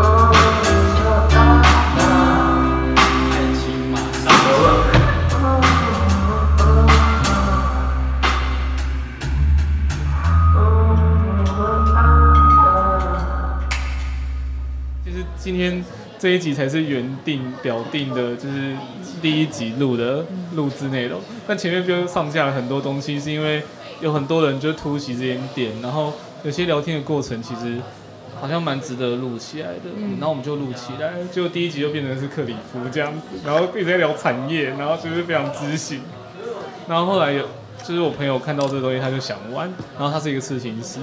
哦今天这一集才是原定表定的，就是第一集录的录制内容。但前面就上架了很多东西，是因为有很多人就突袭这些点，然后有些聊天的过程其实好像蛮值得录起来的。然后我们就录起来，结果第一集就变成是克里夫这样子，然后一直在聊产业，然后就是非常知性。然后后来有，就是我朋友看到这个东西，他就想玩，然后他是一个刺青师，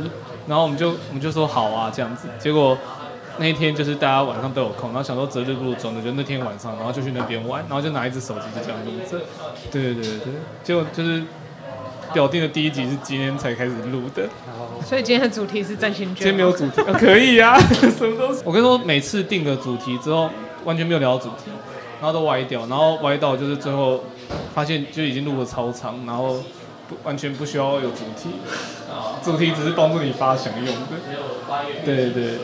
然后我们就我们就说好啊这样子，结果那一天就是大家晚上都有空，然后想说择日不如撞日，就那天晚上，然后就去那边玩，然后就拿一只手机就这样录着，对对对对，结果就是表定的第一集是今天才开始录的，所以今天的主题是郑兴今天娟没有主题，啊、 可以啊，什么都是。我跟你说，每次定个主题之后，完全没有聊到主题，然后都歪掉，然后歪到就是最后发现就已经录了超长，然后不完全不需要有主题，啊主题只是帮助你发想用的。对对对对，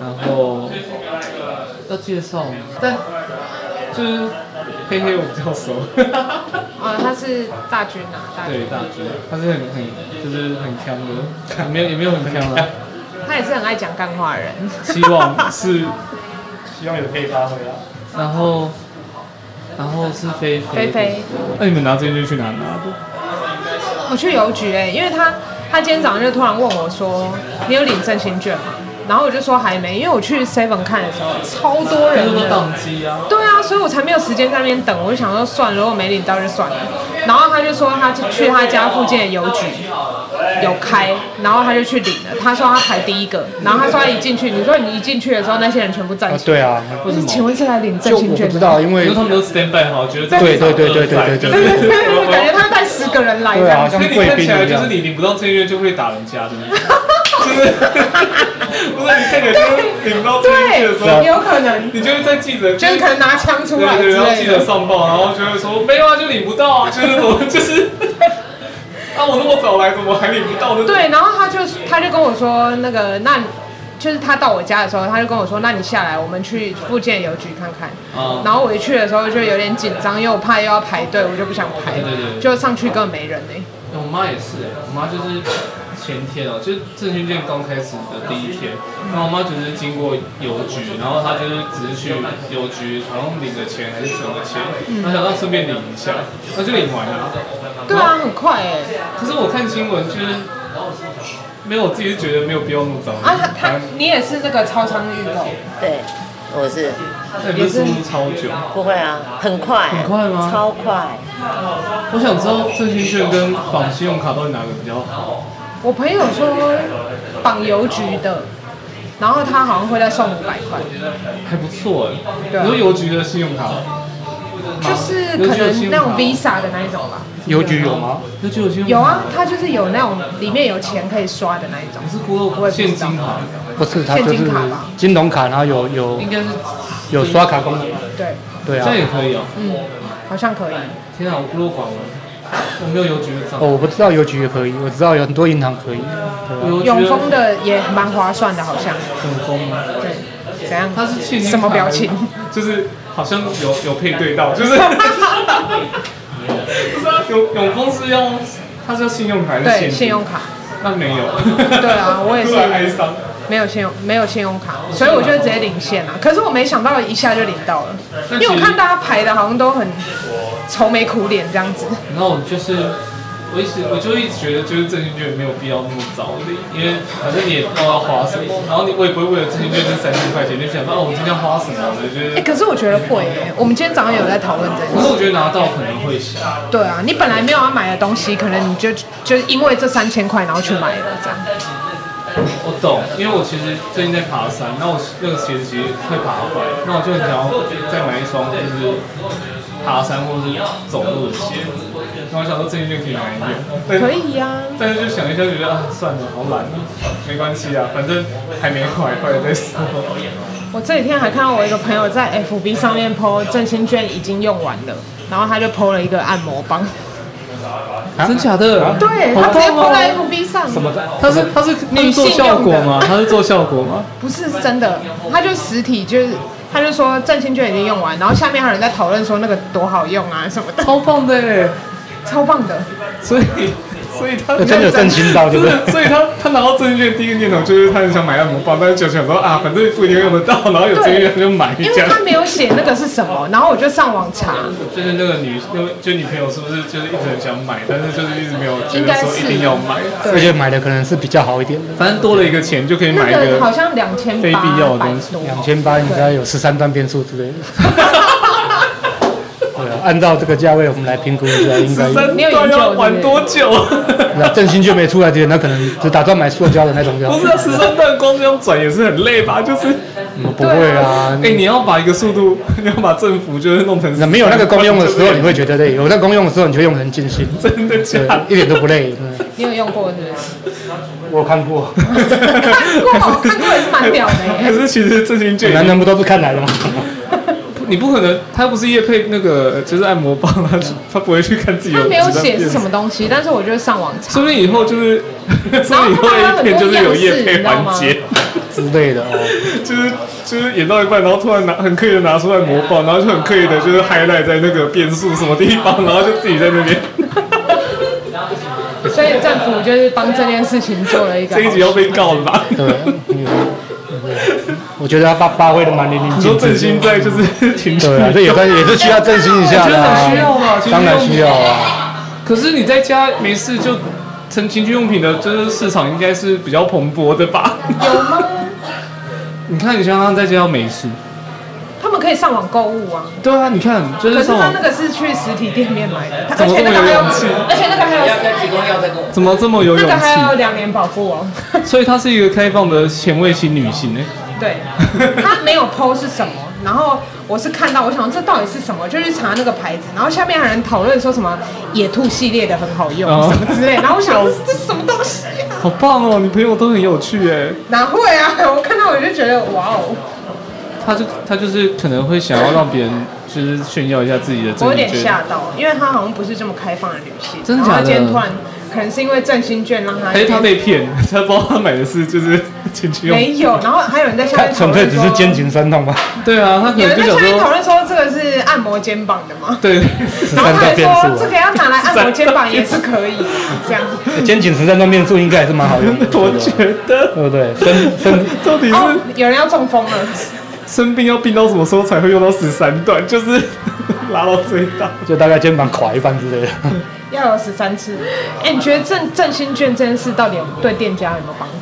然后要介绍吗，但就是嘿嘿，我比较 熟。啊，他是大军啊，大对军，大只，他是很很就是很强的，也没有也没有很强啊。他也是很爱讲干话的人。希望是，希望有可以发挥啊。然后，然后是菲菲。菲菲，那你们拿这些去哪拿的？ 我去邮局哎、因为他他今天早上就突然问我说：“你有领振兴券吗？”然后我就说还没，因为我去 Seven 看的时候超多人都的。宕机啊！对啊，所以我才没有时间在那边等，我就想说算了，如果没领到就算了。然后他就说他去他家附近的邮局有开，然后他就去领了。他说他排第一个，然后他说他一进去，你说你一进去的时候，那些人全部站啊，起来。对啊，为什就是请么？问是来领振就我兴不券知的？道，因为因为他们都 stand by 好，觉得这对个对对对对对对对就是对 感觉他带十个人来这对啊，样子。所像以你贵看宾起来一就是样。你领不到这月就会打人家的意思，就是，不是你看起来就是领不到这月的时候，对，有可能，你就会在记者就对是可能拿枪出来对对，之然后记类者的。上报，然后就会说没有啊，就领不到啊，就是我就是，啊我那么早来，怎么还领不到呢？对，然后他就他就跟我说那个，那就是他到我家的时候，他就跟我说，那你下来，我们去附近的邮局看看。啊，然后我一去的时候就有点紧张，因为我怕又要排队，我就不想排，对对对对就上去根本没人呢、我妈也是、欸，我妈就是前天哦、就是证券店刚开始的第一天，然后我妈就是经过邮局，然后她就是只是去邮局，好像领个钱还是存个钱，嗯她想让顺便领一下，那就领完了。对啊，很快欸哎、可是我看新闻就是没有，我自己是觉得没有必要那么早。啊，他他你也是那个超商预购，对，我是那你们是不是超久？不会啊，很快，很快吗超快，我想知道证券券跟绑信用卡到底哪个比较好？我朋友说绑邮局的，然后他好像会再送五百块，还不错哎、对啊你说邮局的信用卡，就是邮可局有信用能那卡种吗 Visa 的那一种吧。邮局有吗？邮局有信用卡有啊，，它就是有那种里面有钱可以刷的那一种你。是孤陋现金卡。不是，它现就金是卡吧嗯金融卡，然后有有应该是有刷卡功能。对，对这啊样，也可以哦、嗯，好像可以。天啊，我孤陋寡闻，我没有邮局的账哦，。我不知道邮局也可以，我知道有很多银行可以。对啊，我永丰的也蛮划算的，好像。永丰吗？对，怎样？他是现金卡什么表情？？就是好像有有配对 到，就是。不是啊，永永丰是要，它是要信用卡还是现对，金？信用卡那没有。对啊我也是 突然哀伤。没有信用，没有信用卡，所以我就直接领现啊了。可是我没想到一下就领到了，因为我看大家排的好像都很愁眉苦脸这样子。然后我就是，我一直我就一直觉得，就是证券券没有必要那么早领，因为反正你也不知道要花什么，然后你我也不会为了证券券这三千块钱就想到哦，我今天要花什么，我觉 得。哎，可是我觉得会耶，我们今天早上有在讨论这可件是事。我觉得拿到可能会想，对啊，你本来没有要买的东西，可能你就就因为这三千块然后去买了这样。我懂，因为我其实最近在爬山，那我那个鞋子其实快爬坏，那我就很想要再买一双就是爬山或是走路的鞋子，然后我想说证券券可以拿来用，但可以呀、但是就想一下，觉得啊，算了，好懒啊，没关系啊，反正还没坏，坏了再说。我这几天还看到我一个朋友在 FB 上面 PO 振兴券已经用完了，然后他就 PO 了一个按摩棒，啊哦真假的？对他直接 PO 在 FB 上，什么的？他是他是女性用的？他是做效果吗？不是是真的，他就实体就是。他就说振兴券已经用完，然后下面还有人在讨论说那个多好用啊什么的，超棒的耶！超棒的。所以所以他那真的有振兴到对真不对的，所以他他拿到证券第一个念头就是他很想买按摩棒，但是就想说啊，反正不一定用得到，然后有这个他就买因这为样。他没有写那个是什么，然后我就上网查，就是那个女，那个就女朋友是不是就是一直很想买，但是就是一直没有觉得说一定要买，啊而且买的可能是比较好一点的，反正多了一个钱就可以那买一个好个。像两千非八必要的百东西多，两千八应该有十三段变数之类的。对啊，按照这个价位我们来评估一下，应该十三你有研究段要玩多久？那振兴就没出来之前，那可能只打算买塑胶的那种就好不是啊，十三段光这样转也是很累吧？就是，嗯不会啊哎、。你要把一个速度， 你要把政府就是弄成那没有那个公用的 时候，你会觉觉得累；有那个公用的时候，你就用得很尽兴，得真的假对的？，一点都不累。嗯 你有用过是不是？我看过，看过，看过也是蛮屌的 可 耶。是其实振兴券已经 男人不都是看来的吗？你不可能，他不是叶配那个就是按摩棒啊， 他不会去看自己他没有写是什么，么东西，但是我就上网查，说不定以后就是， 说不定以后的一片就是有叶哦配环节，之类的哦。 就是就是演到一半，然后突然拿很刻意的拿出按摩棒，然后就很刻意的就是 highlight 在那个变速什么地方，然后就自己在那 边。所以政府就是帮这件事情做了一个这。一集要被告了吧？对，嗯对我觉得他发发挥的蛮淋漓你尽说致。振兴在就是情绪，对啊，这也算也是需要振兴一下的、我觉得很需要嘛啊其，实当然需要啊。可是你在家没事就，成情趣用品的就是市场应该是比较蓬勃的吧？有吗？ 你看你想想在家要美食，他们可以上网购物啊，对啊，你看就可是是上他网那。个是去实体店面买的，他怎而么且这么那个还有有勇气，而且那个还有提供药再跟我。怎么这么有那勇个还有气？两年保护哦。所以她是一个开放的前卫型女性哎、对，他没有 PO 是什么，然后我是看到，我想这到底是什么，就去查那个牌子，然后下面还有人讨论说什么野兔系列的很好用、哦什么之类，然后我想这这什么东西啊？好棒哦！你朋友都很有趣哎、哪会啊？我看到我就觉得哇哦，她就她就是可能会想要让别人就是炫耀一下自己的我真有理点券。吓到，因为他好像不是这么开放的旅行，真的然后假他的今天突然可能是因为振兴券让他还是她哎被骗，她不知道她买的是就是情趣用品。没有，然后还有人在下他面讨纯论粹只是说肩颈酸痛吧？对啊，她可有能人就在想下面讨说，论说这个是按摩肩膀的 吗？对，十然后他三道还变说数这个要拿来按摩肩膀也是可以，这样。啊，肩颈十三段变数应该还是蛮好用 的， 我觉得对不对？身身到底哦是，有人要中风了，生病要病到什么时候才会用到十三段？就是 拉到最大。就大概肩膀垮一半之类的。要有十三次。哎、你觉得振振兴券这件事到底有对店家有没有帮助？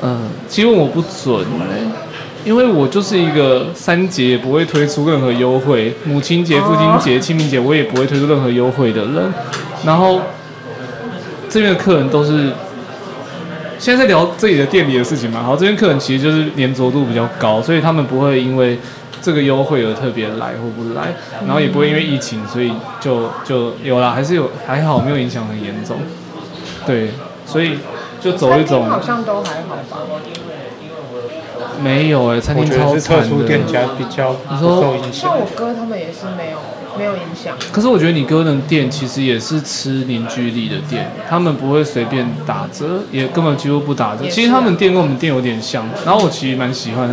嗯，其实我不准哎、因为我就是一个三节也不会推出任何优惠，母亲节、父亲节、清明节我也不会推出任何优惠的人。然后这边的客人都是现在在聊自己的店里的事情嘛，好，这边客人其实就是粘着度比较高，所以他们不会因为这个优惠而特别来或不来，然后也不会因为疫情，所以就就有啦，还是有还好没有影响很严重，对，所以就走一种餐厅好像都还好吧。没有哎、餐厅超惨的。比较你说受影像我哥他们也是没有没有影响。可是我觉得你哥的店其实也是吃邻居里的店，他们不会随便打折，也根本几乎不打折。也是啊其实他们店跟我们店有点像，然后我其实蛮喜欢，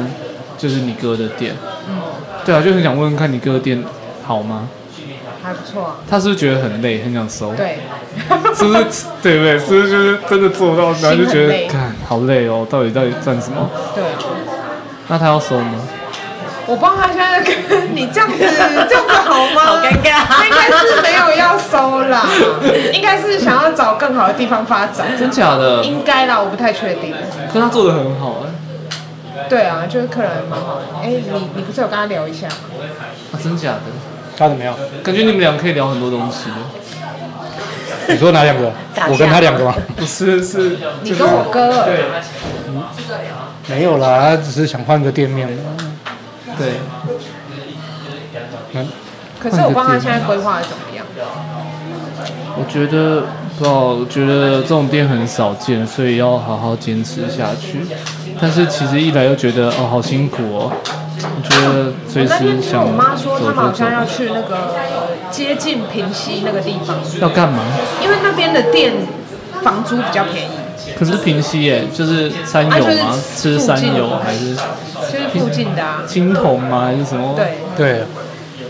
就是你哥的店。对啊，就很想问问看你哥的店好吗？还不错啊。他是不是觉得很累，很想 收？对，是不是对不对？是不是就是真的做到，然后就觉心很得累看好累哦，到底到底赚什么？对，那他要收吗？我帮他现在跟你这样子，这样子好吗？好尴尬他应该是没有要收啦，应该是想要找更好的地方发展。真假的？应该啦，我不太确定。可是他做的很好哎、对啊，就是客人蛮好的。哎、你你不是有跟他聊一下吗？啊，真假的？他怎么样？感觉你们俩可以聊很多东西的。你说哪两个打？架我跟他两个吗？不是是，你跟我哥对没有啦，他只是想换个店面嘛。对，嗯，可是我不知道他现在规划的怎么样。我觉得不知道，我觉得这种店很少见，所以要好好坚持下去。但是其实一来又觉得哦好辛苦哦，我觉得我随那天时听想我妈说，走他们好就走像。要去那个接近平溪那个地方，要干嘛？因为那边的店房租比较便宜，可是平溪耶，就是山啊友就是吗？吃附山近友还是就是附近的啊。青铜吗？还是什么？。对，对，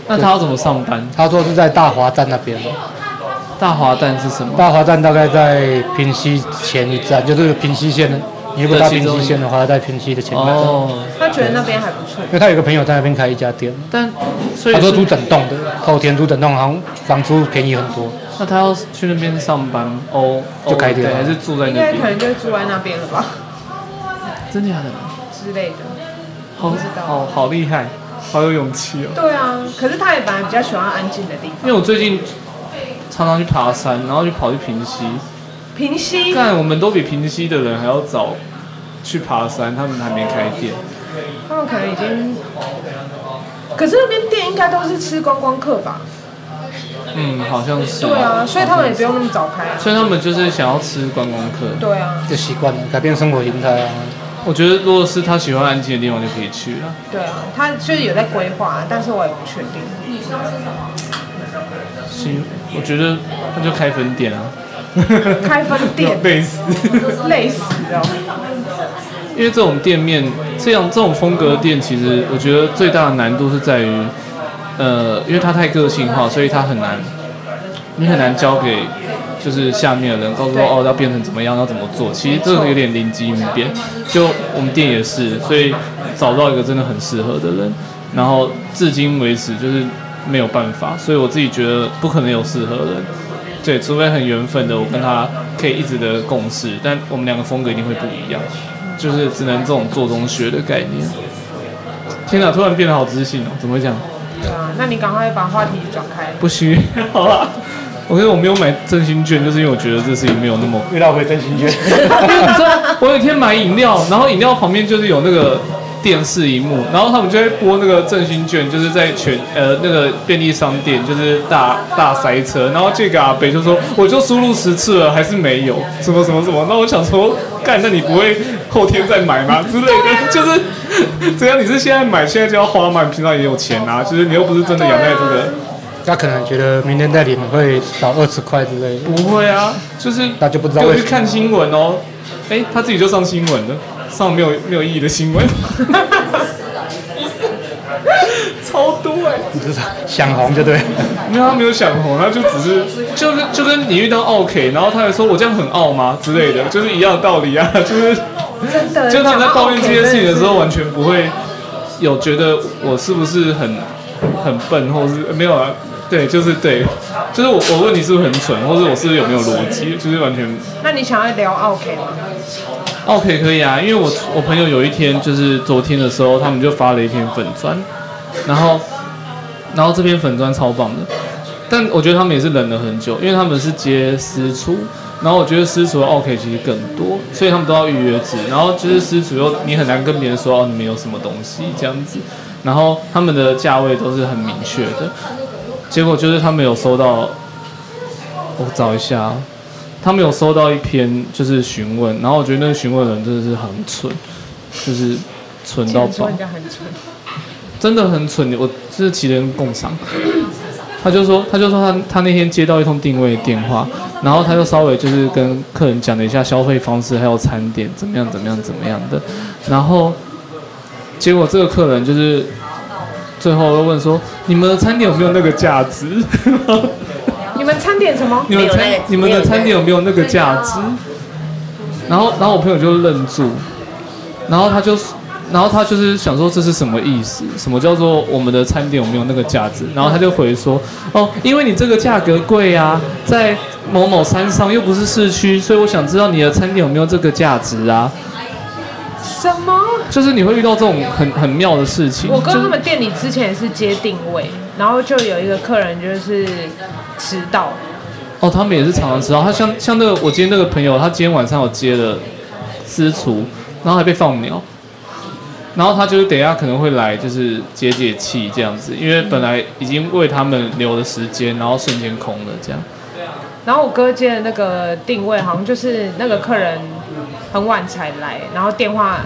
那他要怎么上班？他说是在大华站那边，大华蛋是什么？大华站大概在平西前一站，就是平西线的。你如果到平西线的话，在平西的前一站。哦，他觉得那边还不错。因为他有个朋友在那边开一家店，但所以他说是租整栋的，后天租整栋好像房租便宜很多。那他要去那边上班哦，就开店对，还是住在应那该可能边？就住在那边了吧真假的？之类的。好知道好好厉害，好有勇气哦。对啊，可是他也本来比较喜欢安静的地方。因为我最近常常去爬山，然后就跑去平溪。平啊息，但我们都比平溪的人还要早去爬山，他们还没开店。他们可能已经，可是那边店应该都是吃观光客吧？嗯，好像是。对啊，所以他们也不用那么早开啊。所以他们就是想要吃观光客。对啊，就习惯了，改变生活形态啊。我觉得如果是他喜欢安静的地方就可以去了。对啊，他就是有在规划，但是我也不确定。行，我觉得那就开分店啊，开分店累死。累死哦，因为这种店面，这样这种风格的店，其实我觉得最大的难度是在于，呃，因为它太个性化，所以它很难，你很难交给就是下面的人，告诉说对哦要变成怎么样，要怎么做。其实这个有点灵机应变，就我们店也是，所以找到一个真的很适合的人，然后至今为止就是没有办法，所以我自己觉得不可能有适合的人。对，除非很缘分的，我跟他可以一直的共事，但我们两个风格一定会不一样，就是只能这种做中学的概念。天哪，突然变得好知性哦，怎么会这样？对啊，那你赶快把话题转开。不需要啊。我跟你说我没有买振兴券，就是因为我觉得这事情没有那么遇到回真心券，因为你知道，我有一天买饮料，然后饮料旁边就是有那个电视荧幕，然后他们就会播那个振兴券，就是在全呃那个便利商店，就是大大塞车，然后这个阿北就说，我就输入十次了，还是没有，什么什么什么，那我想说，干，那你不会后天再买吗？之类的， 就是只要你是现在买，现在就要花嘛，你平常也有钱啊，就是你又不是真的养在这个， 他可能觉得明天再领会少二十块之类的。不会啊，就是那就不知道给我为什去么看新闻哦。哎、他自己就上新闻了，上没有没有意义的新闻， 超多哎、你知道想红就对了，没有，他没有想红，他就只是就跟就跟你遇到 OK，然后他还说我这样很傲吗之类的，就是一样的道理啊， 就是真的，就是他们在抱怨这件事情的时候，呃讲到 OK，真的完全不会有觉得我是不是很很笨，或是没有啊，对，就是对，就是我我问你是不是很蠢，或者我是不是有没有逻辑，就是完全是那你想要聊 OK 吗？ OK，可以啊，因为我我朋友有一天就是昨天的时候，他们就发了一篇粉砖，然后然后这篇粉砖超棒的，但我觉得他们也是忍了很久，因为他们是接私厨，然后我觉得私厨的 OK 其实更多，所以他们都要预约制，然后就是私厨又你很难跟别人说哦你们有什么东西这样子，然后他们的价位都是很明确的，结果就是他们有收到，我找一下、哦。他们有收到一篇就是询问，然后我觉得那个询问人真的是很蠢，就是蠢到听说爆人。家很蠢，真的很蠢，我就是骑人共赏。他就说，他就说他他那天接到一通定位电话，然后他就稍微就是跟客人讲了一下消费方式，还有餐点怎么样怎么样怎么样的，然后结果这个客人就是最后又问说，你们的餐点有没有那个价值？ 你们餐点什么？你们没有餐那个你们的餐点有没有那个价值？然后然后我朋友就愣住，然后他就然后他就是想说这是什么意思？什么叫做我们的餐点有没有那个价值？然后他就回说哦，因为你这个价格贵啊，在某某山上又不是市区，所以我想知道你的餐点有没有这个价值啊。什么？就是你会遇到这种很很妙的事情。我跟就是他们店里之前也是接定位，然后就有一个客人就是迟到，哦，他们也是常常迟到。他像像那个我今天那个朋友，他今天晚上有接了私厨，然后还被放鸟，然后他就是等一下可能会来就是解解气这样子，因为本来已经为他们留了时间，然后瞬间空了这样。然后我哥接的那个定位好像就是那个客人很晚才来，然后电话，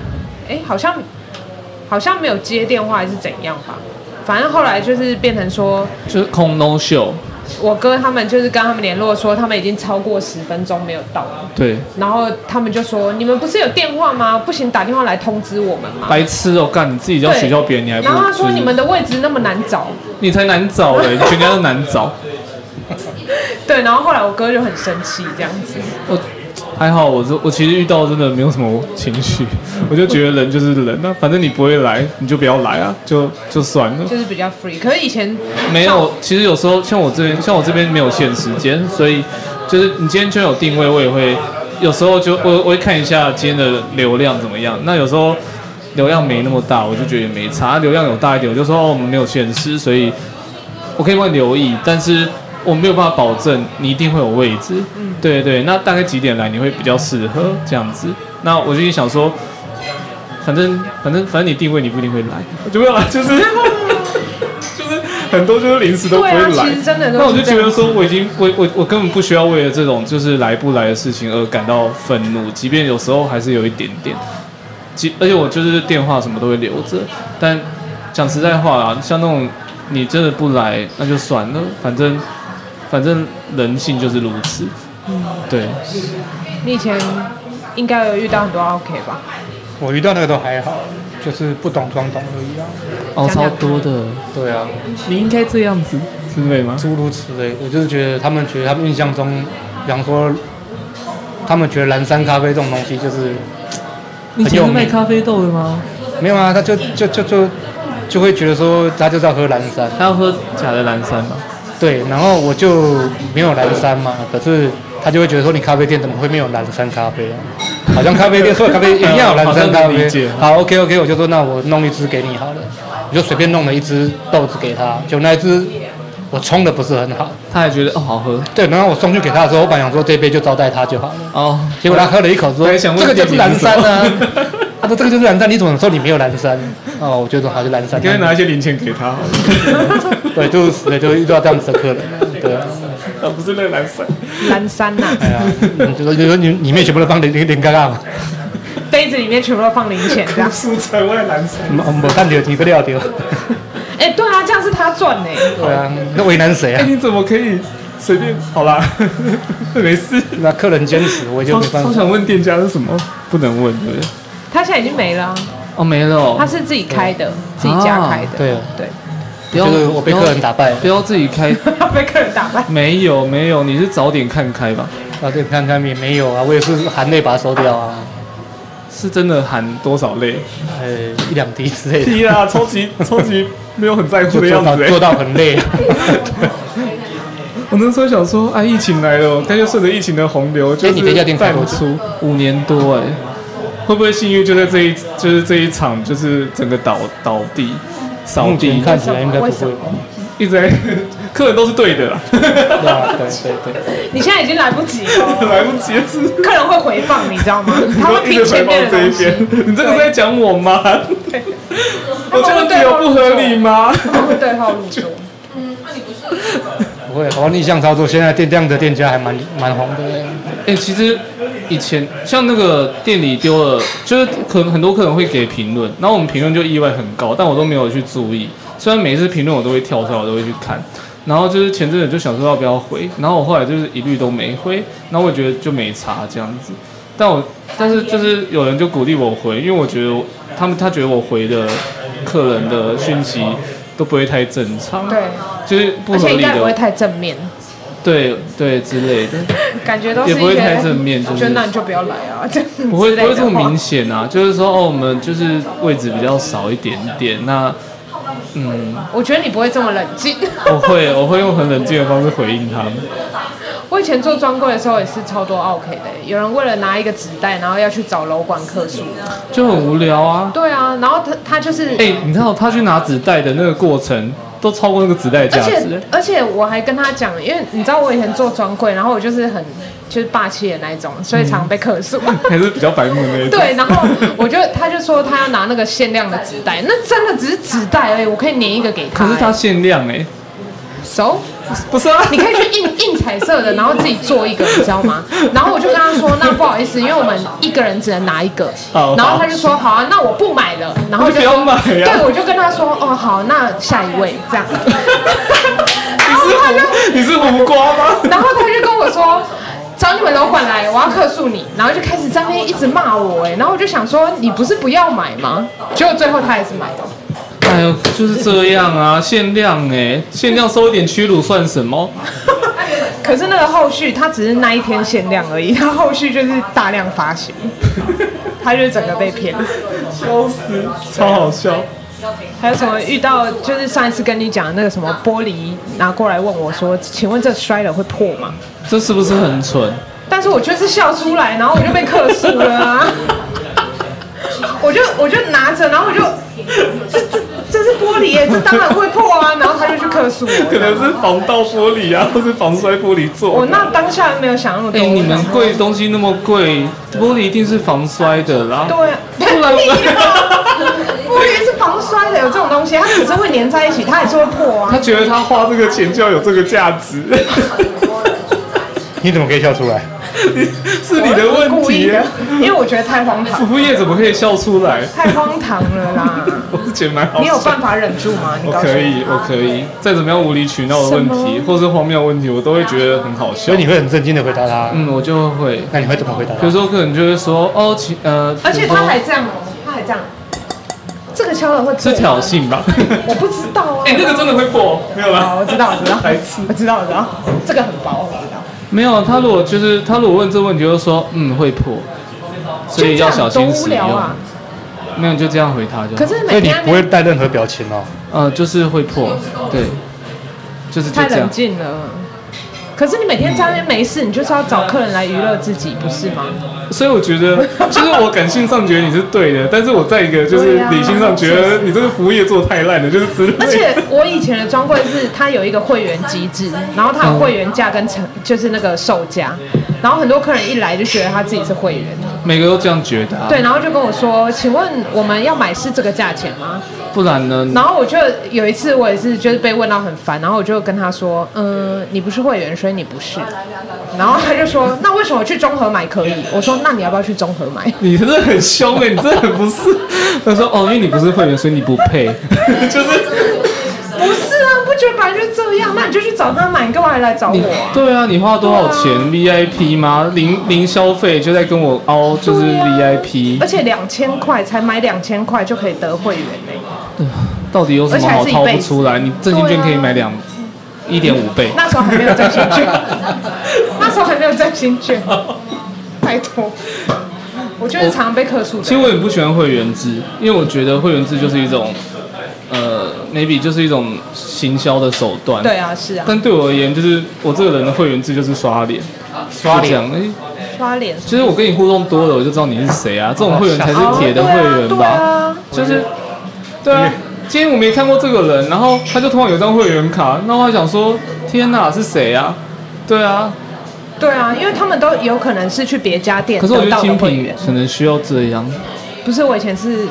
哎，好像好像没有接电话还是怎样吧，反正后来就是变成说就是空 no show，我哥他们就是跟他们联络说他们已经超过十分钟没有到了，对，然后他们就说你们不是有电话吗？不行打电话来通知我们吗？白痴哦、干你自己要对取消别人，你还不然后他就说是你们的位置那么难找，欸你才难找嘞，你全家都难找，对，然后后来我哥就很生气这样子。我还好，我这我其实遇到真的没有什么情绪，我就觉得人就是人那、反正你不会来，你就不要来啊，就就算了。就是比较 free，可是以前没有，其实有时候像我这边，像我这边没有限时间，所以就是你今天就有定位，我也会有时候就我我会看一下今天的流量怎么样。那有时候流量没那么大，我就觉得也没差；流量有大一点，我就说哦，我们没有限时，所以我可以帮你留意，但是我没有办法保证你一定会有位置。嗯对对，那大概几点来你会比较适合这样子？那我就想说，反正反正反正你定位你不一定会来，啊我 就没有来，就是就是很多就是临时都不会对啊来。其实真的都是那我就觉这得样子说我已经我我我根本不需要为了这种就是来不来的事情而感到愤怒，即便有时候还是有一点点。即而且我就是电话什么都会留着，但讲实在话啦，像那种你真的不来，那就算了，反正反正人性就是如此。对，你以前应该有遇到很多 OK 吧？我遇到那个都还好，就是不懂装懂而已啊。哦，讲超讲多的，对啊，你应该这样子之类吗？诸如此类，我就是觉得他们觉得他们印象中，比方说，他们觉得蓝山咖啡这种东西就是你以前有是卖名咖啡豆的吗？没有啊，他就就就就就会觉得说他就是要喝蓝山，他要喝假的蓝山吗？对，然后我就没有蓝山嘛，可是他就会觉得说你咖啡店怎么会没有蓝山咖啡啊？好像咖啡店所有咖啡一定要有蓝好山咖像能啡理解。好，OK OK，我就说那我弄一支给你好了，我就随便弄了一支豆子给他，就那一支我冲的不是很好，他还觉得哦好喝对，然后我送去给他的时候，我本来想说这杯就招待他就好了。哦，结果他喝了一口之后，我也想问这个就是蓝山 啊店名是什么。他说这个就是蓝山，你怎么说你没有蓝山？哦，我就说好就蓝山。应该拿一些零钱给他好了， 对，就是对，就遇到这样子的客人，对啊，啊不是那个蓝山。蓝啊山呐、 哎呀，嗯就说就说你里面全部都放零零零嘎嘎啊嘛，杯子里面全部都放零钱 这样。素材外蓝山。我们看有几个料丢，哎、对啊，这样是他赚呢、对啊，那为难谁哎、啊？你怎么可以随便？好啦， 没事。那客人坚持，我就超没办超法。想问店家是什么，不能问对不对？他现在已经没了啊、哦，没了、他是自己开哦的，自己家开的。对啊对，不要就是我被客人打败了不要自己开。 被客人打败。没有没有，你是早点看开吧？啊，对，看看也没有啊，我也是含泪把它收掉啊，是真的含多少泪？呃，一两滴之类的，屁啦，超级超级没有很在乎就的样做到子、做欸。到 很累。啊我那时候想说，啊，疫情来了，他就顺着疫情的洪流，就哎你这家是店带开不多久出五年多哎、会不会幸运就在这一就是这一场就是整个倒倒地扫目地前，看起来应该不会吧？一直在客人都是对的啦，对啊，对对对。你现在已经来不及了，来不及了是不是。客人会回放，你知道吗？他 会一听直回前报面的这一东西边。，你这个是在讲我吗？我这样子有不合理吗？他会对号入 座。不会，好像逆向操作。现在店这样的店家还蛮蛮红的，哎、其实以前像那个店里丢了，就是可能很多客人会给评论，然后我们评论就意外很高，但我都没有去注意。虽然每一次评论我都会跳出来，我都会去看。然后就是前阵子就想说要不要回，然后我后来就是一律都没回，然后我觉得就没差这样子。但我但是就是有人就鼓励我回，因为我觉得我他们他觉得我回的客人的讯息都不会太正常，对，就是不而合且理应该不会的，太正面，对对之类的。感觉都是也一不会些太正面就是我觉得那你就不要来啊，这样不会不之类的会这么话明显啊，就是说哦，我们就是位置比较少一点点。那嗯，我觉得你不会这么冷静。 我会我会用很冷静的方式回应他们。我以前做专柜的时候也是超多 OK 的，有人为了拿一个纸袋，然后要去找楼管客诉。就很无聊啊。对啊，然后他他就是，哎、你知道他去拿纸袋的那个过程，都超过那个纸袋的而价值且。而且我还跟他讲，因为你知道我以前做专柜，然后我就是很就是霸气的那一种，所以常被客诉。还是比较白目的那一种。 对，然后我就他就说他要拿那个限量的纸袋，那真的只是纸袋而已，我可以粘一个给他、 可是它限量哎、熟。不是啊？ 你可以去印印彩色的，然后自己做一个，你知道吗？然后我就跟他说，那不好意思，因为我们一个人只能拿一个。哦然后他就说，好啊，那我不买了。然后我那就不要买啊对，我就跟他说，哦，好，那下一位 这样。然后他就， 你是胡瓜吗？然后他就跟我说。找你们楼管来，我要客诉你，然后就开始在那边一直骂我哎，然后我就想说你不是不要买吗？结果最后他还是买了， 哎呦，欸就是这样啊，限量哎、限量收一点屈辱算什么？可是那个后续，它只是那一天限量而已，它后续就是大量发行， 它就是整个被骗。笑死，超好笑。还有什么遇到就是上一次跟你讲的那个什么玻璃拿过来问我说，请问这摔了会破吗？这是不是很蠢？但是我就是笑出来，然后我就被克诉了啊！ 我就我就拿着，然后我就这这这是玻璃 耶，这当然会破啊！然后他就去克诉可我。能是防盗玻璃啊，或是防摔玻璃我做。那当下没有想那么哎、多。你们贵东西那么贵，玻璃一定是防摔的啦。对啊，玻璃是防摔的，有这种东西，它只是会粘在一起，它还是会破啊他。觉得他花这个钱就要有这个价值， 你怎么可以笑出来？是你的问故意题、的啊。，因为我觉得太荒唐，服务业怎么可以笑出来？太荒唐了 啦！我是觉得蛮好笑。你有办法忍住吗？你我告诉哦可我。以，我可以，再怎么样无理取闹的问什题，么或是荒谬的问题，我都会觉得很好笑所以。你会很震惊的回答他，嗯，我就会，那你会怎么回答他？比如说可能就会说，哦，请呃，而且比如他说还这样哦，他还这样，这个敲了会是破挑吗，衅 吧？我不知道啊。哎、那个真的会破，哦没有啦。好，我知道，我知道，白痴我知道，我知道，这个很薄，我知道。没有，他如果就是他如果问这问题，就说嗯会破，所以要小心就这使用样嗯多无聊。啊！没有，你就这样回他就好。可是所以每你天不会带任何表情哦。呃，就是会破，对，就是就太这冷样。静了。可是你每天在那边没事，你就是要找客人来娱乐自己，不是吗？所以我觉 得，就是我感性上觉得你是对的，但是我在一个就是对啊理性上觉得你这个服务业做得太烂了，就是之类的而且我以前的专柜是它有一个会员机制，然后它有会员价跟成就是那个售价，然后很多客人一来就觉得他自己是会员，每个都这样觉得、啊，对，然后就跟我说，请问我们要买是这个价钱吗？不然呢？然后我就有一次，我也是就是被问到很烦，然后我就跟他说，嗯，你不是会员，所以你不是。然后他就说，那为什么去中和买可以？我说，那你要不要去中和买？你真的很凶哎、你真的很不 是。他说哦，因为你不是会员，所以你不配。不是啊，不觉得本来就这样？那你就去找他买，你干嘛还来找我啊？对啊，你花多少钱、VIP 吗？零零消费就在跟我凹，就是对啊 VIP，、而且两千块才买两千块就可以得会员欸呢、到底有什么好掏不出来？你振兴券可以买两一点五倍。啊那时候还没有振兴 券，那时候还没有振兴券，拜托，我就是常被客 诉其实的。我也不喜欢会员制，因为我觉得会员制就是一种，呃，maybe 就是一种行销的手段。对。啊，是啊，但对我而言，就是我这个人的会员制就是刷脸，刷脸。哎、刷脸其实我跟你互动多了，我就知道你是谁啊。这种会员才是铁的会员吧？对啊，就是，对啊，今天我没看过这个人，然后他就突然有张会员卡，那我还想说，天哪，是谁啊？对啊，对啊，因为他们都有可能是去别家店可是我觉得得到的精会品员，可能需要这样，不是我以前是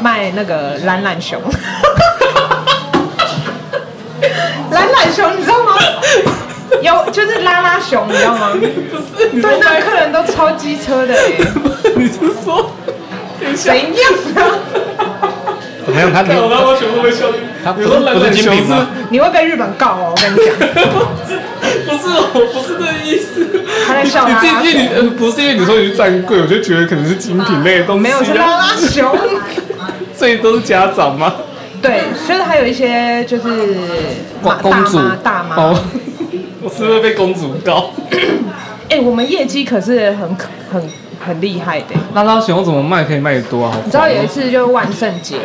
卖那个懒懒熊， 懒懒熊你知道吗？有就是拉拉熊，你知道吗？对，那客人都超机车的、欸， 你是说，等一下怎，样啊？怎么样？啊他看我拉我全部被笑他不你是说懒不懒是精熊品是吗？你会被日本告哦，我跟你 讲，不是，我不是这个意思。他在你笑啊拉拉你自己因为熊，你呃不是因为你说你去站柜，我就觉得可能是精品类的东西、啊。没有是拉拉熊。 所以都是家长吗？对，就是还有一些就是公大公主妈大妈，哎、哦， 我是不是被公主告？欸我们业绩可是很很很厉害的、欸拉拉熊怎么卖可以卖得多啊？好你知道有一次就是万圣节，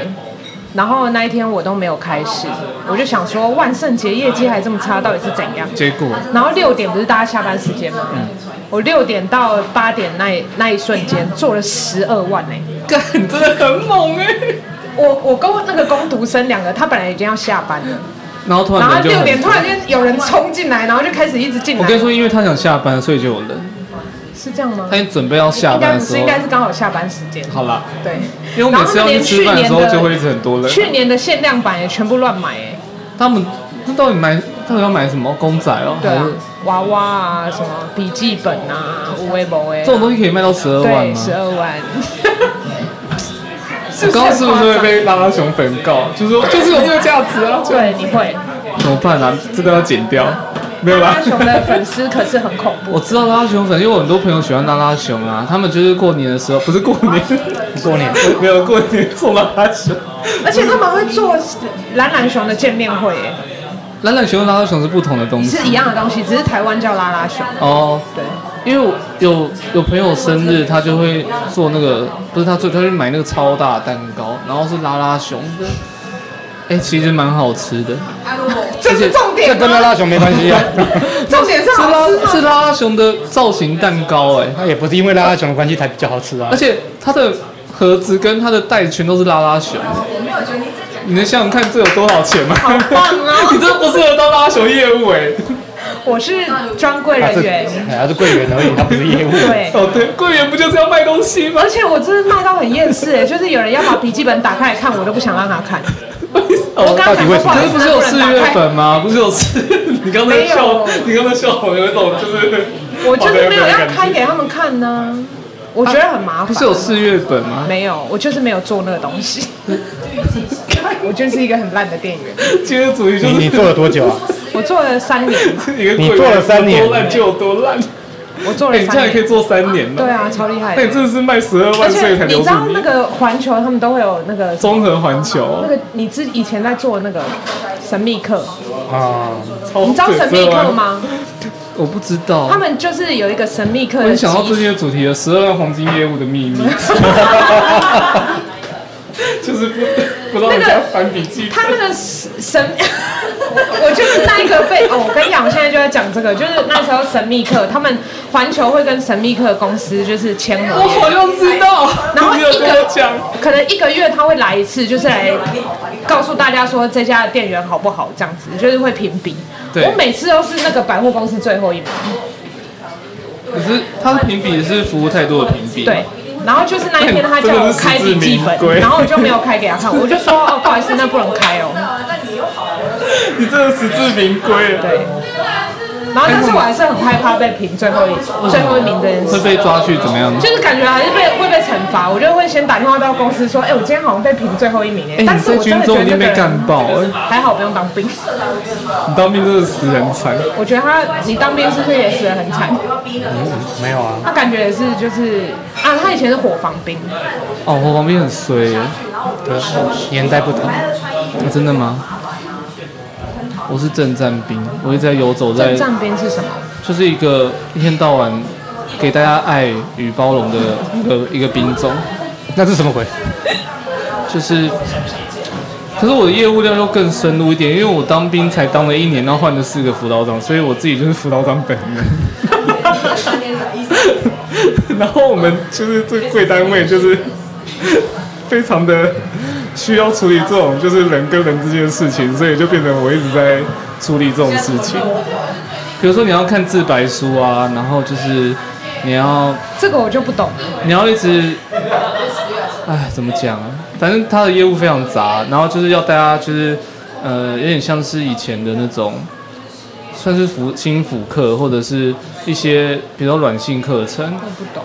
然后那一天我都没有开市，我就想说万圣节业绩还这么差，到底是怎样？结果然后六点不是大家下班时间吗？嗯我六点到八点那一那一瞬间做了十二万哎、干，你真的很猛哎、我我跟我那个工读生两个，他本来已经要下班了，然后突然然后哦人就六很点突然间有人冲进来，然后就开始一直进我跟你来，说，因为他想下班，所以就有人。是这样吗他？已经准备要下应该班不的时是，候，应该是刚好下班时间。好啦，对，因为我每次要去吃饭的时候就会一直很多人。去年的限量版也全部乱买哎、他们那到底买到底要买什么公仔哦？对啊还是，娃娃啊，什么笔记本啊，无微博哎，这种东西可以卖到十二万对，吗？十二万。我是刚刚是不很是会夸张？被拉拉熊粉告？就是说，就是有这个价值啊，就对，你会。怎么办啊？这都要剪掉，没有啦大。雄的粉丝可是很恐怖，我知道拉拉熊粉，因为我很多朋友喜欢拉拉熊啊，他们就是过年的时候，不是过年，过年没有过年送拉拉熊，而且他们会做懒懒熊的见面会哎，懒懒熊跟拉拉熊是不同的东西是一样的东西，只是台湾叫拉拉熊。哦。对，因为我有有朋友生日，他就会做那个，不是他做，他去买那个超大的蛋糕，然后是拉拉熊的，哎、其实蛮好吃的。这是重这点跟拉吗？拉熊没关 系啊，重点是是好拉吃吗？是拉拉熊的造型蛋糕哎、那也不是因为拉拉熊的关系才比较好吃啊而。且它的盒子跟它的袋全都是拉拉熊。你能想想看这有多少钱吗？好棒哦 你这不适合当拉拉熊业务哎、我是专柜它人是员，哎它是柜员而已，它不是业务。对。哦对，柜员不就是要卖东西吗？而且我真的卖到很厌世哎，就是有人要把笔记本打开来看，我都不想让他看。哦我刚到刚底讲为说什不好么可意是不思，是有不四能月打开。粉吗？不是有四？ 你刚才没有笑，你刚才笑，我有一种就是我就是没有要开给他们看呢、我觉得很麻烦。不是有四月本吗？没有，我就是没有做那个东西。 我就是一个很烂的店员， 今天的主题就你是你 做了多久啊？我做了三年，你跟你柜员做了三年有多烂就有多烂，我做哎了你这样三也可以年。做三年呢对。啊，超厉害那你的。真的是卖十二而万所且以才你留住知道你那。个环球他们都会有那个综合环球那，个你之以前在做那个神秘客，啊，超你知道神秘12客万？吗？我不知道他。们就是有一个神秘客我的很集哦想到最近的主题了，十二万黄金业务的 秘密， 就是不不让人家翻笔记。他那个神， 我就是那一个被哦，我跟你讲，我现在就在讲这个，就是那时候神秘客，他们环球会跟神秘客公司就是签合我约，好像知道，然后你一有跟我个讲，可能一个月他会来一次，就是来告诉大家说这家的店员好不好，这样子就是会评比。对我每次都是那个百货公司最后一名，可是他的评比是服务态度的评比，对。然后就是那一天，他叫我开笔记哎真的是实至名归本，然后我就没有开给他看，我就说哦，不好意思，那不能开哦。你真的实至名归啊了，对。然后，但是我还是很害怕被评最后一嗯最后一名这件会事，被抓去怎么样？就是感觉还是被会被惩罚。我就会先打电话到公司说，哎、我今天好像被评最后一名哎、哎，但你是在我真军的觉中得一这定个被干人爆，哎还好不用当兵。你当兵真的死很惨。我觉得他，你当兵是不是也死得很惨？没有啊，他感觉也是就是啊，他以前是伙房兵，哦，我旁边很衰，哎对，年代不同，啊真的吗？我是正战兵，我一直在游走在正战兵是什么？就是一个一天到晚给大家爱与包容的一个一个兵种，那是什么鬼？就是。可是我的业务量又更深入一点，因为我当兵才当了一年，然后换了四个辅导长，所以我自己就是辅导长本人。 然后我们就是这贵单位就是非常的需要处理这种就是人跟人之间的事情，所以就变成我一直在处理这种事情。比如说你要看自白书啊，然后就是你要这个我就不懂了。你要一直，哎，怎么讲啊？反正他的业务非常杂，然后就是要大家就是，呃，有点像是以前的那种，算是辅新辅课或者是一些比较软性课程，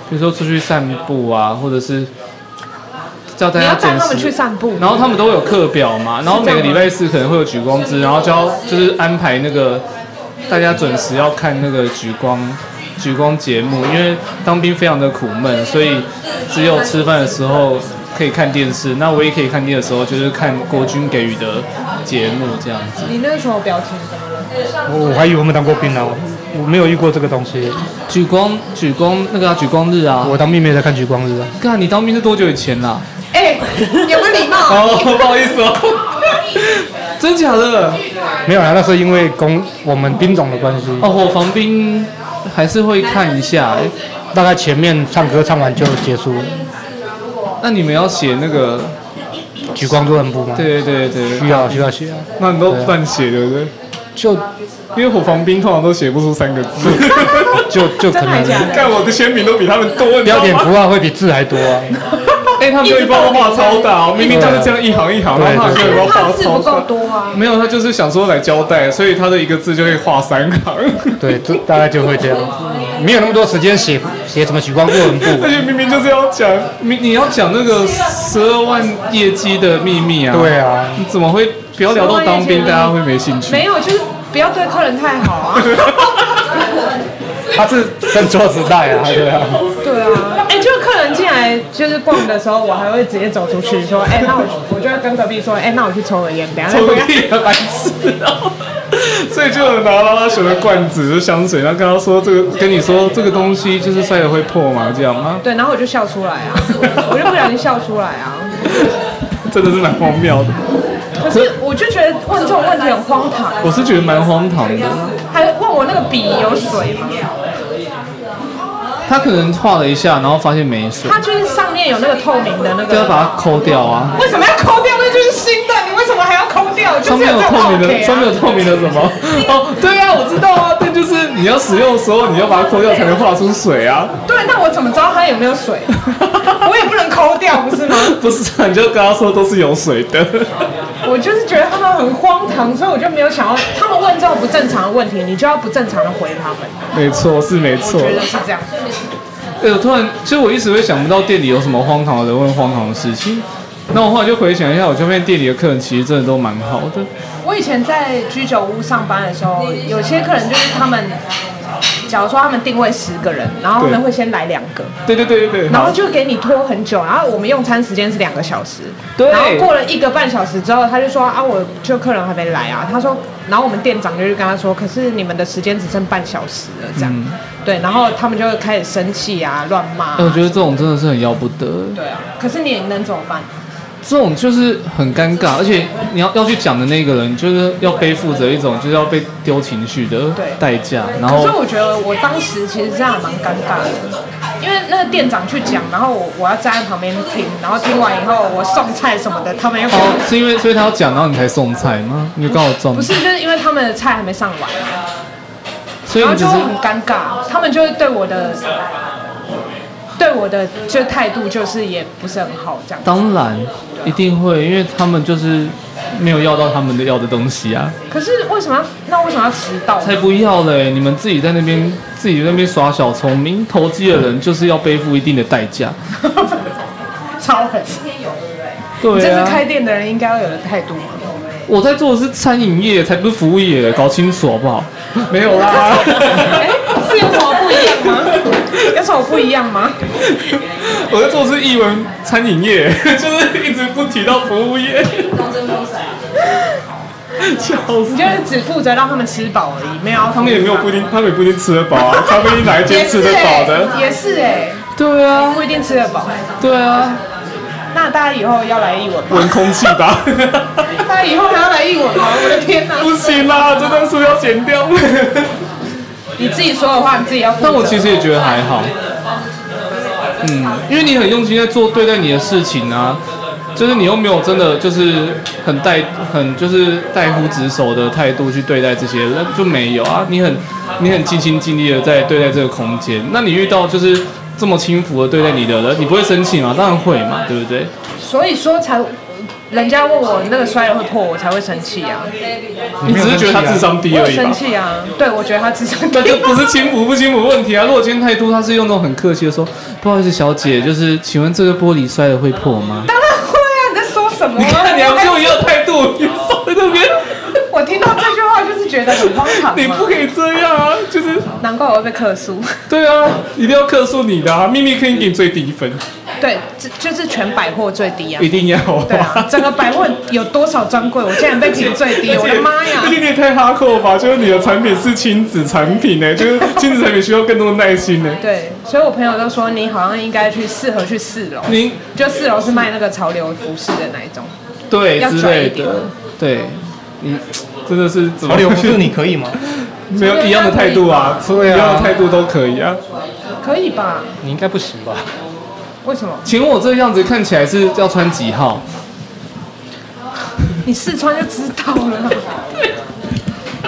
比如说出去散步啊，或者是叫大你家要带捡他们食去散步，然后他们都会有课表嘛，然后每个礼拜四可能会有举光之，然后就要就是安排那个大家准时要看那个举光举光节目，因为当兵非常的苦闷，所以只有吃饭的时候可以看电视。那唯一可以看电视的时候就是看国军给予的节目这样子。你那个时候表情怎么了？我我还以为我们当过兵呢，我没有遇过这个东西。举光举光那个、啊、举光日啊，我当兵没有在看橘光日啊，看你当兵是多久以前啊啦、哎、有没有礼貌？哦，不好意思哦， 真假的？没有啊，那是因为公我们兵种的关系，哦，我防兵还是会看一下、欸大概前面唱歌唱完就结束了。那你们要写那个？橘光作文部吗？，对对对需对，要需要写啊。那你都乱写对不对？就因为火防兵通常都写不出三个 字，就就可真的还能是假的？看我的签名都比他们多，你知道标点吗？符号会比字还多啊。哎，他们就一包画超大，明明就是这样一行一行，对然后他就一包他画的字不超够大。多啊。没有，他就是想说来交代，所以他的一个字就可以画三 行。对，就大概就会这样子，没有那么多时间写写什么橘光作文而部。且明明就是要讲，你你要讲那个十二万业绩的秘密啊。对，啊，你怎么会不要聊到当兵，大家会没兴趣？没有，就是不要对客人太好啊。他是生错时代啊，对啊。对啊，哎、就是客人进来就是逛的时候，我还会直接走出去 说，哎、那我我就会跟隔壁说，哎、那我去抽个烟，等一下再抽回个来。屁啊，白痴哦！所以就有拿拉拉熊的罐子，就香水，然后跟他说这个，跟你说这个东西就是塞了会破嘛，这样吗？对，然后我就笑出来啊，我就不小心笑出来啊。真的是蛮荒谬的，可是我就觉得问这种问题很荒唐，我是觉得蛮荒唐的。还问我那个笔有水吗？ 他可能画了一下，然后发现没水，它就是上面有那个透明的那就要把个，它抠掉啊。为什么要抠掉？那就是新的，你为什么还要抠掉？就上是面有这种透明 OK 的，啊上面有透明的什么？ 哦，对啊，我知道啊，但就是你要使用的时候，你要把它抠掉才能画出水啊。 对，那我怎么知道它有没有水？ 我也不能抠掉，不是吗？不是、啊，你就跟他说都是有水的。我就是觉得他们很荒唐，所以我就没有想要他们问这种不正常的问题，你就要不正常的回他们。没错，是没错我觉得是这样。哎、我突然，其实我一直会想不到店里有什么荒唐的人问荒唐的事情。那我后来就回想一下，我就发现店里的客人其实真的都蛮好的。我以前在居酒屋上班的时候，有些客人就是他们，假如说他们定位十个人，然后他们对会先来两个，对对对对对，然后好就给你拖很久，然后我们用餐时间是两个小时，对然后过了一个半小时之后，他就说啊，我就客人还没来啊，他说，然后我们店长就去跟他说，可是你们的时间只剩半小时了，这样，对，然后他们就会开始生气啊，乱骂啊、嗯哎我觉得这种真的是很要不得，对啊，可是你能怎么办？这种就是很尴尬，而且你要要去讲的那个人，就是要背负着一种就是要被丢情绪的对代价，然可是后我觉得我当时其实这样蛮尴尬的，因为那个店长去讲，然后我我要站在旁边听，然后听完以后我送菜什么的，他们又给我哦，是因为所以他要讲，然后你才送菜吗？你就刚好撞不，是，就是因为他们的菜还没上完，所以然后你只就是会很尴尬，他们就会对我的对我的就态度就是也不是很好这样。当然一定会，因为他们就是没有要到他们的要的东西啊，可是为什么要那为什么要迟到呢？才不要嘞！你们自己在那边自己在那边耍小聪明，投机的人就是要背负一定的代价。 超狠！啊你对这是啊开，店的人应该要有的态度吗？我在做的是餐饮业，才不是服务业，搞清楚好不 好？没有啦。 哎，是有什么不一样吗？有什么不一样吗？我在做的是译文餐饮 业，就是一直不提到服务业，啊笑死。你就是只负责让他们吃饱而已，没有要他们也没有不一定，他们也不一定吃得饱 啊，咖啡厅哪一间也吃是得饱哎、的？也是哎、对啊，不一定吃得饱。哎对 啊，那大家以后要来译文吗？闻空气 吧，大家以后还要来译文吗？我的天哪、不行啦，这段是要剪掉。你自己说的话，你自己要负责。但我其实也觉得还好，嗯，因为你很用心在做对待你的事情啊，就是你又没有真的就是很带很就是带乎职守的态度去对待这些人，就没有啊，你很你很尽心尽力的在对待这个空间，那你遇到就是这么轻浮的对待你的人，你不会生气吗？当然会嘛，对不对？所以说才，人家问我那个摔了会破，我才会生气啊，你只是觉得他他智智商。商低我而有已生吧。气啊。对，我觉得他智商 那就低。不 是轻浮不轻浮问题啊！如果今天态度他是用那种很客气的说，不好意思，小姐，就是请问这个玻璃摔了会破吗？当然会啊，你在说 什么、啊？那你要跟我一样的态度，你哦放在那边， 我听到这句话就是觉得很荒唐啊你不嘛，可以这样啊！就是难怪我会被客诉。对啊，一定要克诉你的啊！秘密可以给你最低分，对，这就是全百货最低啊一。定要啊！对啊，整个百货有多少专柜，我竟然被评最 低，我的妈呀 而！且你也太哈扣了吧！就是你的产品是亲子产品呢、欸就是亲子产品需要更多的耐心欸呢、对，所以我朋友都说你好像应该去适合去四楼，您就四楼是卖那个潮流服饰的那一种，对要之拽一类点的，对，真的是怎么潮流服你可以吗？没有一样的态度啊，对啊一样的态度都可以啊。可以吧？你应该不行吧？为什么？请问我这样子看起来是要穿几号？你试穿就知道了啦。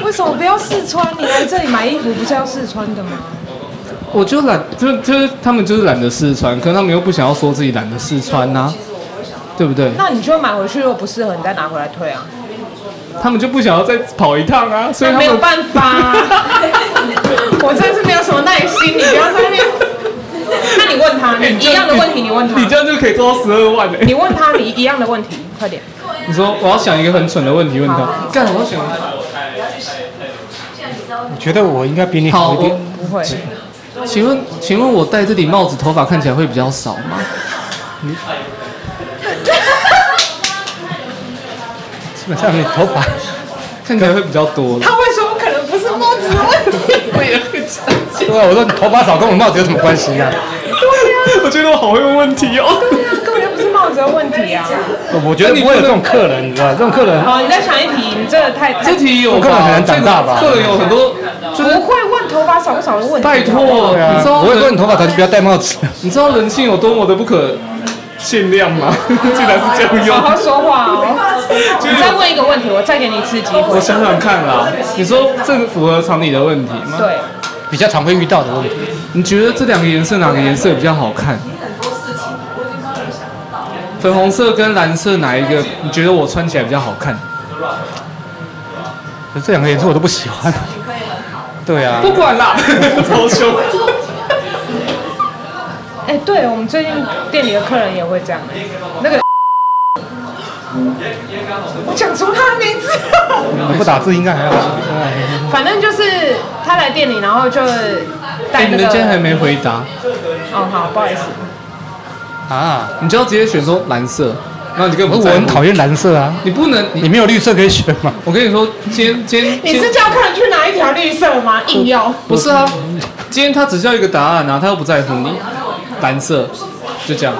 为什么不要试穿？你来这里买衣服不是要试穿的吗？我就懒，就就是他们就是懒得试穿，可能他们又不想要说自己懒得试穿呐、对不对？那你就买回去，如果不适合，你再拿回来退啊。他们就不想要再跑一趟啊，所以那他没有们办法、 我真是没有什么耐心，你不要在那边。那你问他，哎你一样的问题，你问他，你这样就可以做到十二万呢、你问他，你一样的问题，快点。欸你说我要想一个很蠢的问题问他，干，我要想，你觉得我应 该比你好，好一点我？不会，请问，请问我戴这顶帽子，头发看起来会比较少吗？基本上你头发看起来会比较多。 他会说我也会这样讲。对啊，我说你头发少跟我帽子有什么关系啊？ 我觉得我好会问问题哦。根本就不是帽子的问题啊！我觉得不会有这种客人，你知道吧，这种客人好，你再想一题，你真的太这题有这个吧？很难长大吧这个有很多，就是不会问头发少不少的问题。拜托，对啊你知，道我会说人你头发少就不要戴帽子。 你知道人性有多么的不可限量吗？ 竟然是这样好好用。说话哦。你再问一个问题，我再给你一次机我会。想想看啦，你说这个符合常理的问题吗？对，比较常会遇到的问题。你觉得这两个颜色哪个颜色比较好看？粉红色跟蓝色哪一个你觉得我穿起来比较好看？可是这两个颜色我都不喜欢。对 啊，不管啦，超 凶。哎，对我们最近店里的客人也会这样，那个。我讲出他的名字了。我不打字应该还好。反正就是他来店里，然后就哎、带你们那个。今天还没回答，哦，好，不好意思。啊，你就要直接选说蓝色，然后你根可本是不我在很乎讨厌蓝色啊。你不能，你你没有绿色可以选 吗？我跟你说，今天今天你今是天叫客人去拿一条绿色吗？硬要。不是啊？今天他只叫一个答案啊，他又不在乎你，蓝色就这样。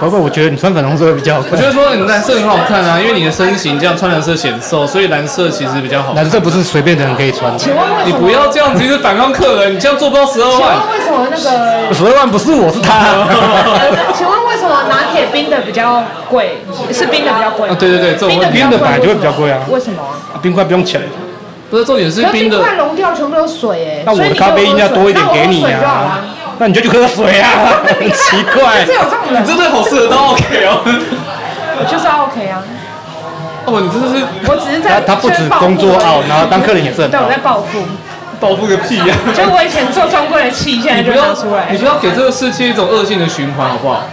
宝贝，我觉得你穿粉红色会比较好我看觉。得说你蓝色很好看啊，因为你的身形这样穿蓝色显瘦，所以蓝色其实比较好看。蓝色不是随便的人可以 穿的。请问为什你么？不要这样子一直反抗客人，你这样做不到十二请万。问为什么那个十二万不是我是他，哦请问为什么拿铁冰的比较贵？是冰的比较贵吗、啊对对对这我冰的比较冰的贵本来就会比较贵啊为什么啊？ 冰块不用钱。不是重点是可是冰冰的，块融掉全部都是水哎、那我所以的你咖啡因要多一点给你给我喝水那我喝水就好啊啦。那你就去喝水啊， 很奇怪就是。有这种人，你真的好适合当 OK 哦。我就是 OK 啊，哦，你真的是我只是他在他不就是止报复工作傲而，已然后当客人也是很对我傲在。报复，报复个屁呀、就我以前做专柜的气，现在你就不拿要出，来你。不要给这个世界一种恶性的循环，好不好？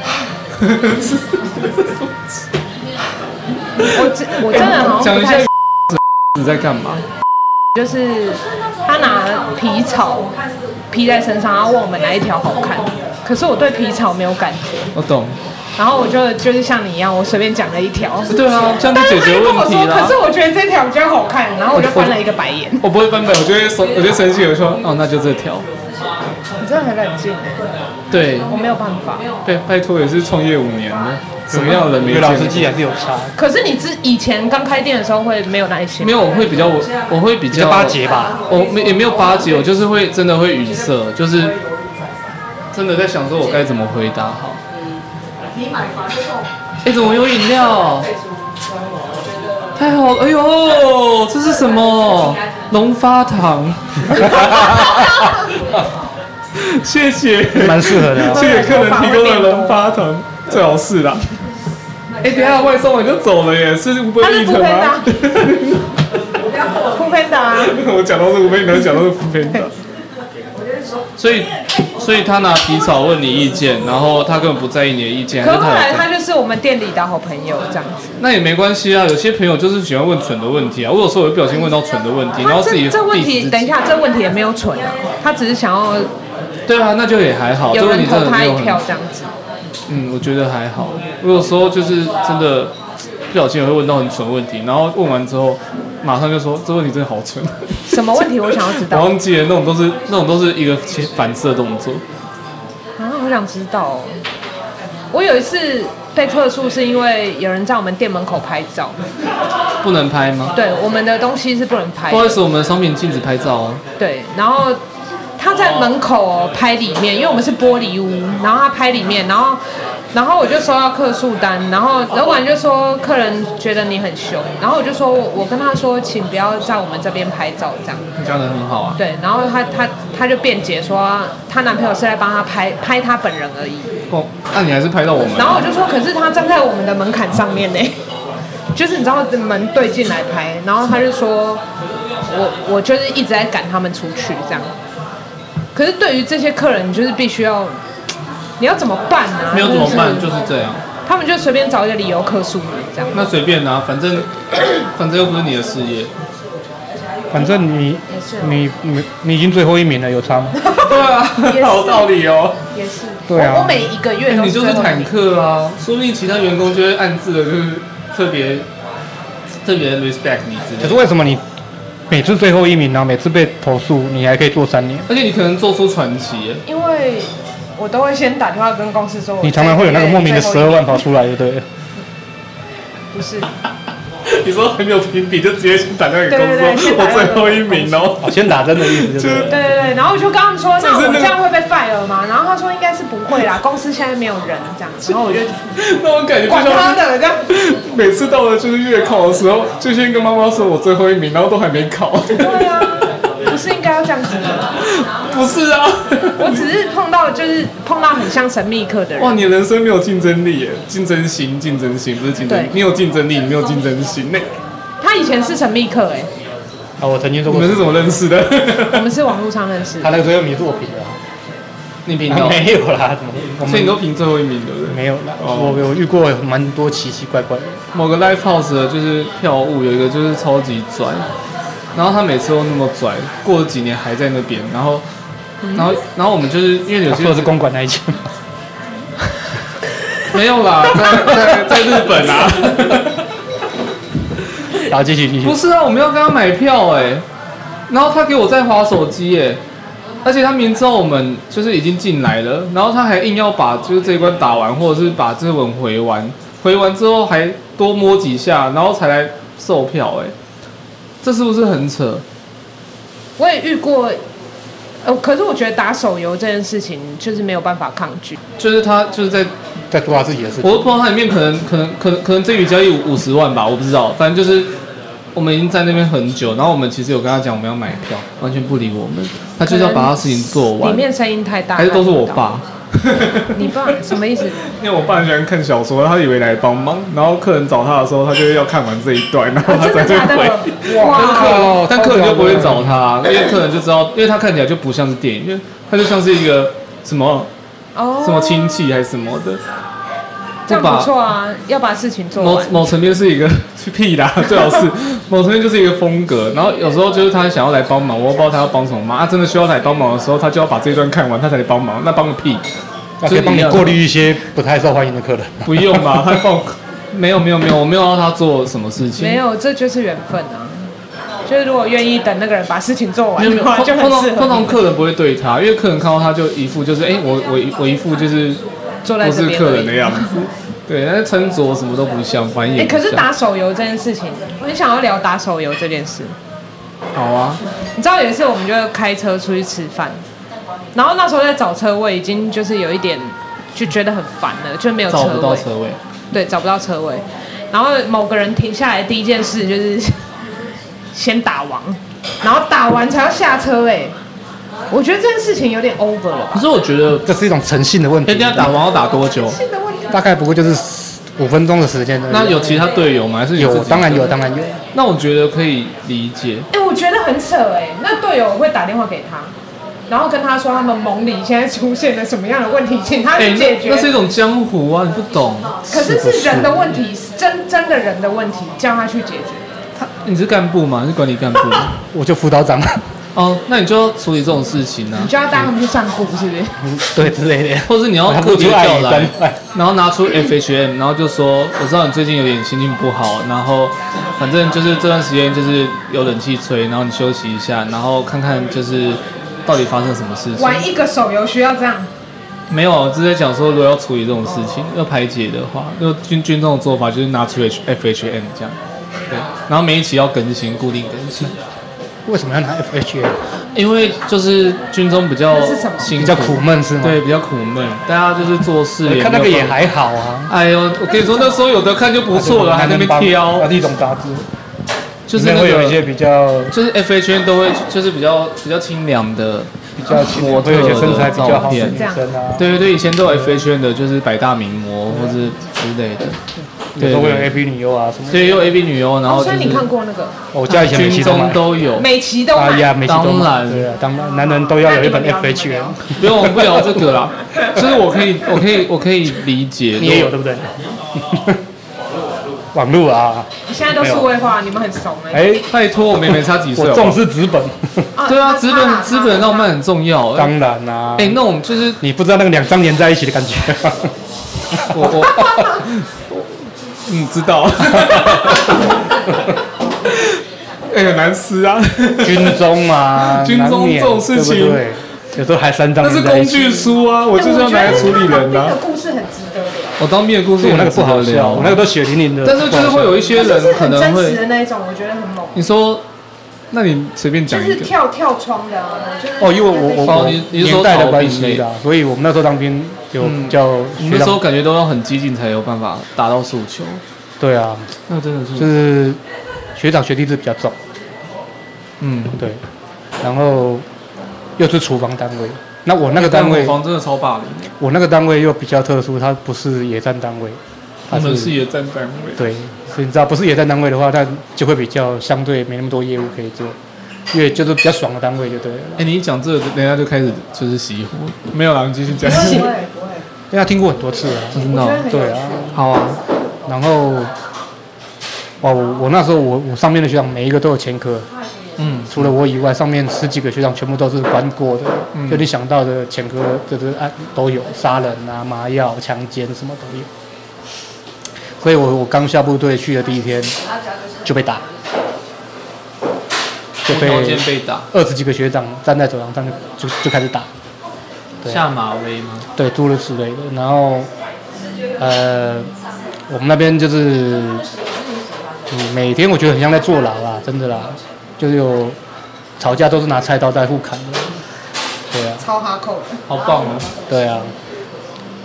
我真我真的好像讲不一下太你在干嘛？就是他拿皮草披在身上，然后问我们哪一条好看。可是我对皮草没有感觉，我懂。然后我就就是像你一样，我随便讲了一条。对啊，这样就解决他就跟问我题说，可啦是。我觉得这条比较好看，然后我就翻了一个白眼。我不会翻本，我就会生，我就生气，我就说哦，那就这条。你真的很冷静哎，对，我没有办法。拜拜托也是创业五年了，什么样的人没有见老过司机啊还是有差，可是你之以前刚开店的时候会没有耐心没，有，我会比较，我我会比比较较巴结。吧。我没也没有巴结，我就是会真的会语塞，就是真的在想说我该怎么回答好。哎、怎么有饮料？太好了！哎呦，这是什么？龙发糖。谢谢，蛮适合的啊谢谢客人提供的龙发糖，最好是啦。哎、等一下外送完就走了耶，是乌龟他是一不藤喷吗？的，啊不喷的啊， 我讲到是乌龟能讲到是福片啊的，所以，所以他拿皮草问你意见，然后他根本不在意你的意见，还可是是后他来有在他就是我们店里的好朋友这样子。那也没关系啊。有些朋友就是喜欢问蠢的问题啊，我有时候也不小心问到蠢的问题，然后自己啊这这问题， diss 自己等一下，这问题也没有蠢啊，他只是想要对啊，那就也还好。这有问人题真投的他没有一很票这样子。嗯，我觉得还好。我有时候就是真的不小心也会问到很蠢的问题，然后问完之后，马上就说这问题真的好蠢，什么问题？我想要知 我道忘记了那种都是那种都是一个其反射动作。啊，我想知道、哦。我有一次被客诉，是因为有人在我们店门口拍照。不能拍吗？对，我们的东西是不能拍不好的。意思，我们的商品禁止拍照哦。对，然后他在门口、哦、拍里面，因为我们是玻璃屋，然后他拍里面，然后然后我就收到客诉单，然后老板就说客人觉得你很凶，然后我就说我我跟他说，请不要在我们这边拍照这样。你讲的很好啊。对，然后她她她就辩解说，她男朋友是在帮她拍拍她本人而已。哦，那你还是拍到我们。然后我就说，可是他站在我们的门槛上面呢， 就是你知道门对进来拍，然后他就说，我我就是一直在赶他们出去这样。可是对于这些客人，你就是必须要，你要怎么办啊？没有怎么办，就是是这样。他们就随便找一个理由客诉你这样。那随便啊，反正反正又不是你的事业。反正你你你你已经最后一名了，有差吗？对啊，好道理哦。也是，对啊我我每一个月哎都你就是最后一坦名克啊，说不定其他员工就会暗自的就是特别特别 respect 你之类的。可是为什么你每次最后一名，然后每次被投诉，你还可以做三年。而且你可能做出传奇耶，因为我都会先打电话跟公司说我你常常会有那个莫名的十最后二一万跑出来，对不对了？不是， 你说还没有评比就直接先打电话给对公对司说，对先打我电话最后一名，然后 哦，先打针的意思就是是对对对，然后我就跟他们说，这是那我那个这样会被 fire 吗？然后他说应该是不会啦，公司现在没有人这样，然后我就那我感觉就管他像的这样。是 每次到了就是月考的时候，就先跟妈妈说我最后一名，然后都还没考。对啊，不是应该要这样子吗？ 不是啊， 我只是碰到就是碰到很像神秘客的哇，人，你人生没有竞争力耶，竞争心，竞争心不是竞争对，你有竞争力，你没有竞争心。那他以前是神秘客哎、啊，我曾经做你过们，是怎么认识的？我们是网络上认识的他。那个最后一名是我评的 你评 哦啊，到，没有啦，怎么我所以你都们评最后一名，对不对？没有啦，哦我有遇过蛮多奇奇怪怪的。某个 live house 的就是票务有一个就是超级拽，然后他每次都那么拽，过了几年还在那边，然后，然后，然后我们就是因为有他些说的是公馆那一间， 没有啦，在在在日本 啊，然后继续继续不，是啊，我们要跟他买票哎、然后他给我在划手机哎、而且他明知道我们就是已经进来了，然后他还硬要把就是这一关打完，或者是把这轮回完，回完之后还多摸几下，然后才来售票哎、这是不是很扯？我也遇过，呃，可是我觉得打手游这件事情就是没有办法抗拒。就是他就是在在做他自己的事情。我都不知道它里面可能可能可能可能这笔交易五十万吧，我不知道，反正就是我们已经在那边很久，然后我们其实有跟他讲我们要买票，完全不理我们，他就是要把他事情做里完，面声音太大，还是都是我爸。 看不到。你爸什么 意思？ 因为我爸很喜欢看小说，他以为来帮忙，然后客人找他的时候，他就要看完这一段，然后啊他真的才会假的回。？ 哇！哦但客人就不会找他。他，因为客人就知道，因为他看起来就不像是电影，因为他就像是一个什么哦，什么亲戚还是什么的，这样不把不错欸啊，要把事情做某完。某层面是一个屁啦，最好是某层面就是一个风格。然后有时候就是他想要来帮忙，我不知道他要帮什么忙，啊，真的需要来帮忙的时候，他就要把这一段看完，他才来帮忙。那帮个屁，那可以帮你过滤一些不太受欢迎的客人。不用吧？他帮我没有没有没有，我没有让他做什么事情。没有，这就是缘分啊。就是如果愿意等那个人把事情做没完有没有，的话，通就通很适常通合常客人不会对他，因为客人看到他就一副就是哎、我我 我一副就是坐在不这是边客而人的已。样子，对，但是穿着什么都不像，反正哎、也不啊可像。是打手游这件事情，我很想要聊打手游这件事。好啊，你知道有一次我们就开车出去吃饭，然后那时候在找车位，已经就是有一点就觉得很欸烦了，就没有找车不到位，车位，对，找不到车位。然后某个人停下来，第一件事就是先打王，然后打完才要下车、哎，我觉得这件事情有点 over 了吧。可是我觉得 哎这是一种诚信的问题人。家打完要打多久？性的问题大概不过就是五分钟的时间而已。那有其他队友吗？还是你自有，己当然有，的当然有。那我觉得可以理解，哎、我觉得很扯哎、那队友会打电话给他，然后跟他说他们盟里现在出现了什么样的问题，请他哎、去解那决。那是一种江湖啊，你不懂，可是是人的问题，是真真的人的问题，叫他去解决。你是干部吗？你是管理 干部吗？我就辅 导长，哦，那你就要处理这种事情啊你，就要带他们去散步，是不是？对之类的。或是你要 他特不别出爱叫与来关，爱，然后拿出 FHM，然后就说，我知道你最近有点心情不好，然后反正就是这段时间就是有冷气吹，然后你休息一下，然后看看就是到底发生什么事情。玩一个手游需要这样，没有，啊只是在讲说，如果要处理这种事情，要排解的话，就军军这种做法就是拿出 H F H M 这样，对，然后每一期要更新，固定更新，为什么要拿 FHA？因为就是军中比较那是什么辛苦比较苦，闷是吗？对，，比较苦闷，大家就是做事也没有看那个也办法，还好啊，哎呦，我跟你说那时候有的看就不错了，还在那边挑它，是一种杂志，就是里面那会有一个些比较就是 F H M 都会就是比较比较清凉的，比较清模啊特会有一些身材比较好的的女生啊，，对对对，以前都有 F H M 的，就是百大名模或是之类的，有时候会有 AV 女优啊什么的。哦对，有 A B 女优，然后、哦，就所是哦以你看过那个，我家以前每期军都买中，都有。每期都哎啊买。呀，每期都当买，然对啊，当然，男人都要有一本 FHA，不用，我们不聊这个啦。就是我可以，我可以，我可以理解。你也有对 不对？网络啊，你现在都数位化，你们很怂哎、哎，拜托，我们也没差几岁我好不重好。视纸本，对啊，资本资本浪漫。很重要。哎、当然啦。哎那种就是你不知道那个两张连在一起的 感觉， 我 我，嗯，知道。哎、很难撕啊。军中啊，军中难免这种事情对不对？有时候还三张 那是连在工一起，具书啊，我就是要拿来处理人的哎啊。故事很值得聊，我当面的故事我那个不不好好笑，聊，我那个都血淋淋的。但是就是会有一些就是人可很能真实的会，那一种，我觉得很猛，你说，那你随便就讲一是个，跳跳窗的啊，就是哦，因为我我哦我你你是说年代逃兵的关系类啦，所以我们那时候当兵有嗯叫你学那时候长，感觉都要很激进才有办法达到诉求，对啊，那真的，就是是学长学弟制比较重，嗯，对，然后又是厨房单位，那我那个单但位我，房真的超霸凌欸的，我那个单位又比较特殊，它不是野战单位，他它们是野战单位，对，所以你知道不是野战单位的话，它就会比较相对没那么多业务可以做，因为就是比较爽的单位就对了啦。哎，你一讲这个，人家就开始就是熄火，没有啦，你继续讲。不会不会，因为他听过很多次了、真我觉得的哦，很对有啊趣。，好啊，然后，哇，我我那时候我我上面的学长每一个都有前科，嗯，除了我以外，上面十几个学长全部都是关过的，就你想到的前科就是案都有，杀人啊、麻药、强奸什么都有。所以我我刚下部队去的第一天就被打，就从被头肩被打，二十几个学长站在走廊上就就就开始打，对下马威吗？对，诸如此类的。然后，呃，我们那边就是，嗯，每天我觉得很像在坐牢啦，真的啦，就是有吵架都是拿菜刀在互砍的，对啊，超哈扣的，好棒哦！对啊。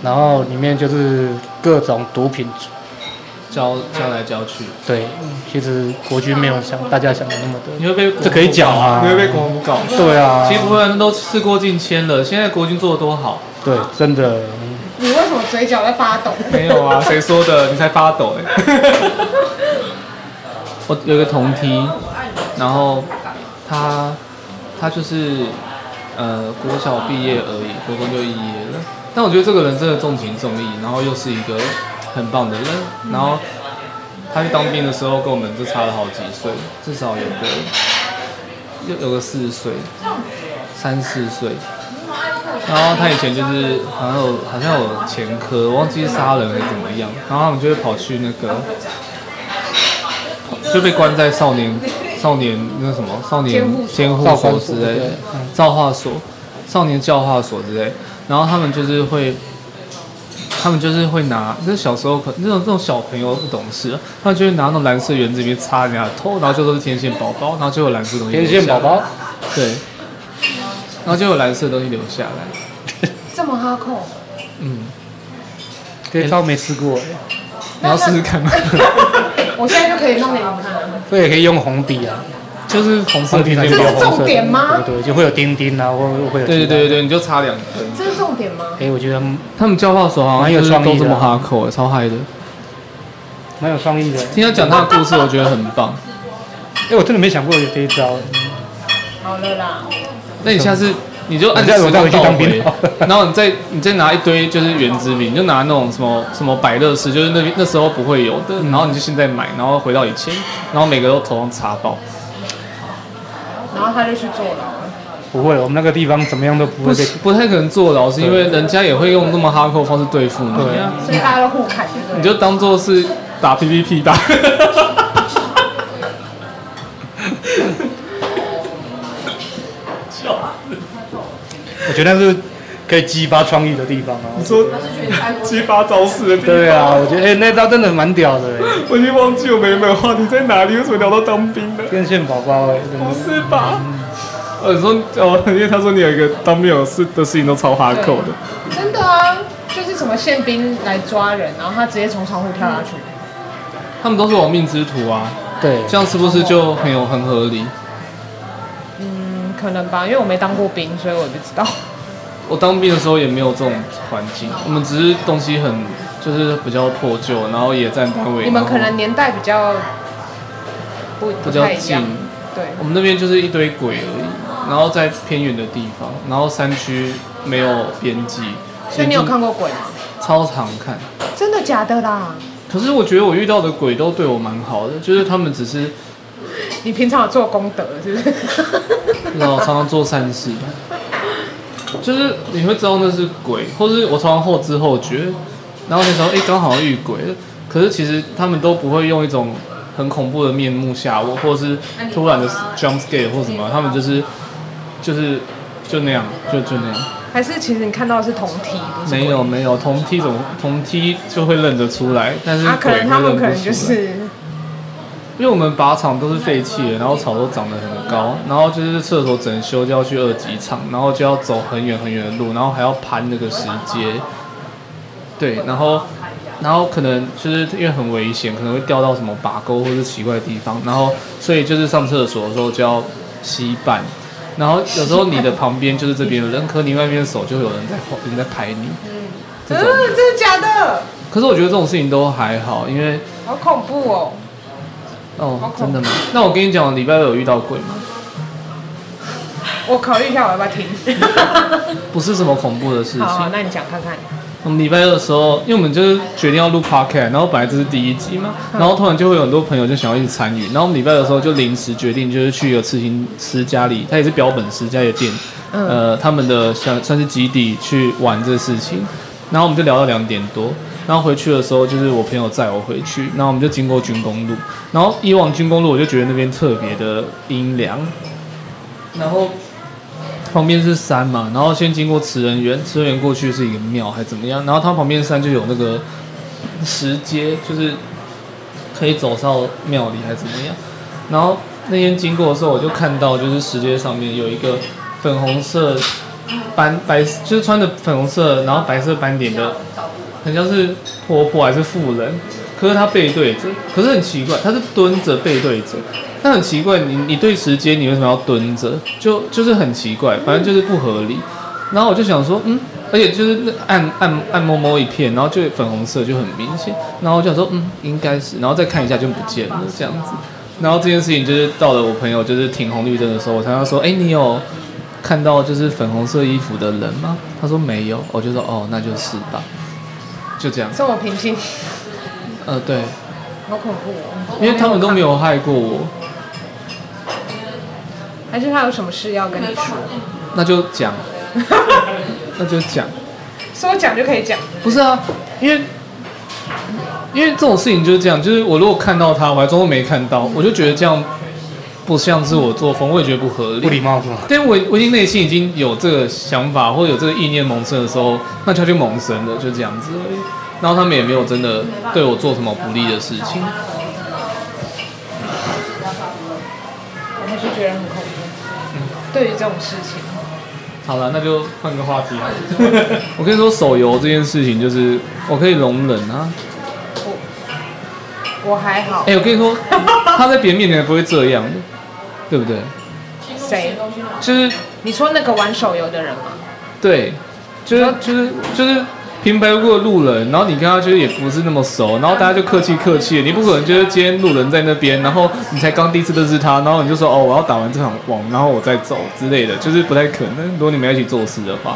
然后里面就是各种毒品，教教来教去，对，其实国军没有想大家想的那么你多，会被国这可以讲啊你，会被国母搞。对啊其，实不然都事过境迁了，现在国军做的多好，对，真的，你为什么嘴角在发抖？没有啊，谁说的？你才发抖 哎、欸我有一个同梯，然后他他就是呃国小毕业而已，国中就毕业了。但我觉得这个人真的重情重义，然后又是一个很棒的人。然后他去当兵的时候跟我们就差了好几岁，至少有个有有个四岁，三四岁。然后他以前就是好像有好像有前科，忘记是杀人还是怎么样，然后他们就会跑去那个就被关在少年少年那什么少年监护所监护少所管之所类的哦对嗯，造化所、少年教化所之类，然后他们就是会。他们就是会拿，就是小时候可那种这种小朋友不懂事啊，他们就会拿那种蓝色圆珠笔插人家的头，然后就都是天线宝宝，然后就有蓝色东西。天线宝，宝，对，然后就有蓝色的东西留下来。 这么哈扣， 嗯，这招没吃过，你要试试 看吗？我现在就可以弄给你们看了。这也可以用红笔啊。就是红色天线这宝是宝。重点吗对对，就会有钉钉啊，或会有。对对对对。对，你就插两根。这是重点吗？哎，我觉得他们教化所好像蛮有就是创意都这的么啊哈口，超嗨的。蛮有创意的。听他讲他的故事，我觉得很棒。哎，我真的没想过有这一招。好了啦，那你下次你就按我再时我再光回去倒当回兵好了， 然后你再你再拿一堆就是原子笔，你就拿那种什么什么百乐师，就是那那时候不会有的，嗯然后你就现在买，然后回到以前，然后每个都头上插爆，然后他就去坐牢了。不会，我们那个地方怎么样都不不会被是。不太可能坐牢，是因为人家也会用那么哈扣方式对付你啊，所以大家都互砍，对不对你就当做是打 PVP 吧。我觉得那是可以激发创意的地方啊。 说激发招式的地方。对啊，我觉得哎，那招真的蛮屌的哎，我已经忘记我们原本话题在哪里，为什么聊到当兵了？天线宝宝哎，真不的。是吧？呃，你说哦，因为他说你有一个当兵有事的事情都超哈扣的，真的啊，就是什么宪兵来抓人，然后他直接从窗户跳下去。他们都是亡命之徒啊，对，这样是不是就很有很合理？嗯，可能吧，因为我没当过兵，所以我也不知道。我当兵的时候也没有这种环境，我们只是东西很就是比较破旧，然后野战单位。你们可然能后年代比较不比不较太一近样，，对，我们那边就是一堆鬼而已，然后在偏远的地方，然后山区没有边际，所以你有就看过鬼吗？超常看。真的假的啦？可是我觉得我遇到的鬼都对我蛮好的，就是他们只是你平常有做功德是不是？让我常 常做善事，就是你会知道那是鬼，或是我常常后知后觉，然后那时候哎刚、好遇鬼了，可是其实他们都不会用一种很恐怖的面目吓我，或者是突然的 jump scare 或什么，他们就是就是就那样，就就那样。还是其实你看到的是同体，不是没有没有，同梯怎么同梯就会认得出来，但是啊？可鬼能会他们认不啊可能就出来。是因为我们靶场都是废弃的，然后草都长得很高，然后就是厕所整修就要去二级场，然后就要走很远很远的路，然后还要攀那个石阶，对，然后然后可能就是因为很危险，可能会掉到什么把沟或是奇怪的地方，然后所以就是上厕所的时候就要吸板，然后有时候你的旁边就是这边有人，可你外面的手就有人在晃有人在拍你，这嗯，种。真的假的？可是我觉得这种事情都还好，因为好恐怖哦！好哦，真恐的吗？那我跟你讲，礼拜六有遇到鬼吗？我考虑一下我要不要 听。不是什么恐怖的事好啊好，情。那你讲看看。我们礼拜六的时候，因为我们就是决定要录 podcast，然后本来这是第一集嘛，然后突然就会有很多朋友就想要一起参与，然后我们礼拜六的时候就临时决定就是去一个刺青师家里，他也是标本师家里的店，呃，他们的算算是基地去玩这事情，然后我们就聊到两点多，然后回去的时候就是我朋友载我回去，然后我们就经过军工路，然后以往军工路我就觉得那边特别的阴凉，然后旁边是山嘛，然后先经过慈仁园，慈仁园过去是一个庙还怎么样，然后它旁边山就有那个石阶，就是可以走到庙里还怎么样。然后那天经过的时候，我就看到就是石阶上面有一个粉红色斑白，就是穿着粉红色然后白色斑点的，很像是婆婆还是妇人，可是她背对着，可是很奇怪，她是蹲着背对着。但很奇怪，你你对时间你为什么要蹲着？就就是很奇怪，反正就是不合理。然后我就想说，嗯，而且就是那暗暗暗摸摸一片，然后就粉红色就很明显。然后我就想说，嗯，应该是，然后再看一下就不见了这样子。然后这件事情就是到了我朋友就是停红绿灯的时候，我才跟他说，哎，你有看到就是粉红色衣服的人吗？他说没有，我就说哦，那就是吧，就这样。这么平静，呃，对，好恐怖哦！因为他们都没有害过我，还是他有什么事要跟你 说？那就讲，那就讲。说讲就可以讲，不是啊，因为因为这种事情就是这样，就是我如果看到他，我还装作没看到，我就觉得这样不像是我作风，我也觉得不合不礼理。貌是吗？但我我已经内心已经有这个想法或者有这个意念萌生的时候，那他就萌生了，就这样子而已。然后他们也没有真的对我做什么不利的事情。我还是觉得很恐怖。对于这种事情，好了，那就换个话题。啊我跟你说，手游这件事情就是我可以容忍啊。我还好哎、。我跟你说， 他在别人面前不会这样的，对不对？谁？就是你说那个玩手游的人吗？对，就是就是就是平白无故的路人，然后你跟他就是也不是那么熟，然后大家就客气客气的，你不可能就是今天路人在那边，然后你才刚第一次认识他，然后你就说哦我要打完这场网，然后我再走之类的，就是不太可能。如果你们要一起做事的话，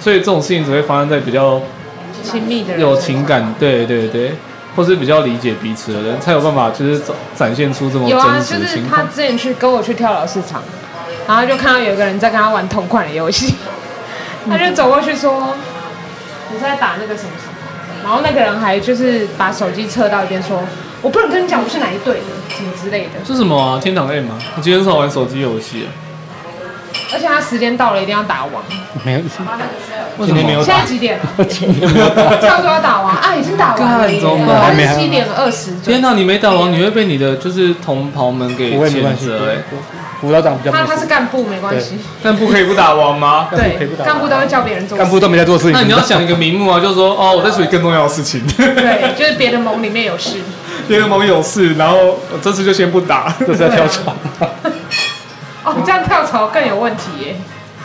所以这种事情只会发生在比较亲密的人？有情。感，对对对。或是比较理解彼此的人，才有办法就是展展现出这么有真啊，实就的是情他况。之前去跟我去跳蚤市场，然后就看到有一个人在跟他玩同款的游戏，嗯他就走过去说：“你在打那个什么什么？”然后那个人还就是把手机撤到一边说：“我不能跟你讲我是哪一队的，什么之类的。是什么啊？天堂 M 吗？我今天是玩手机游戏啊，”而且他时间到了一定要打完。没 有，为什今么天没有现在打，几点了？今天没有打。差不多要打完啊，已经打完了干耶，怎么办还没是七点二十天哪，你没打完，你会被你的就是同袍们给不会没谴关系责哎、欸。，辅导长比较他没他是事，干部没关系，但不可以不打完吗？干部可以不打干部都会叫别人做事干部都没在做事情，那你要想一个名目啊，就说哦，我在处理更重要的事情，对， 就是别的盟里面有事，别的盟友事，然后我这次就先不打。这是要 跳槽，哦，你这样跳槽更有问题耶。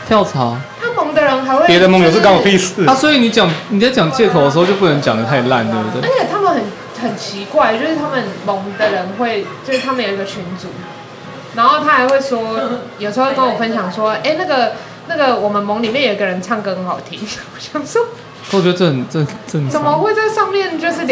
跳槽他盟的人还会别的盟友就事关我屁事啊，。所以你讲你在讲借口的时候就不能讲的太烂，对不而对？且他们很很奇怪，就是他们盟的人会，就是他们有一个群组，然后他还会说，有时候会跟我分享说，哎、那个那个我们盟里面有一个人唱歌很好听，我想说我觉得这很这很正怎么常。会在上面就是聊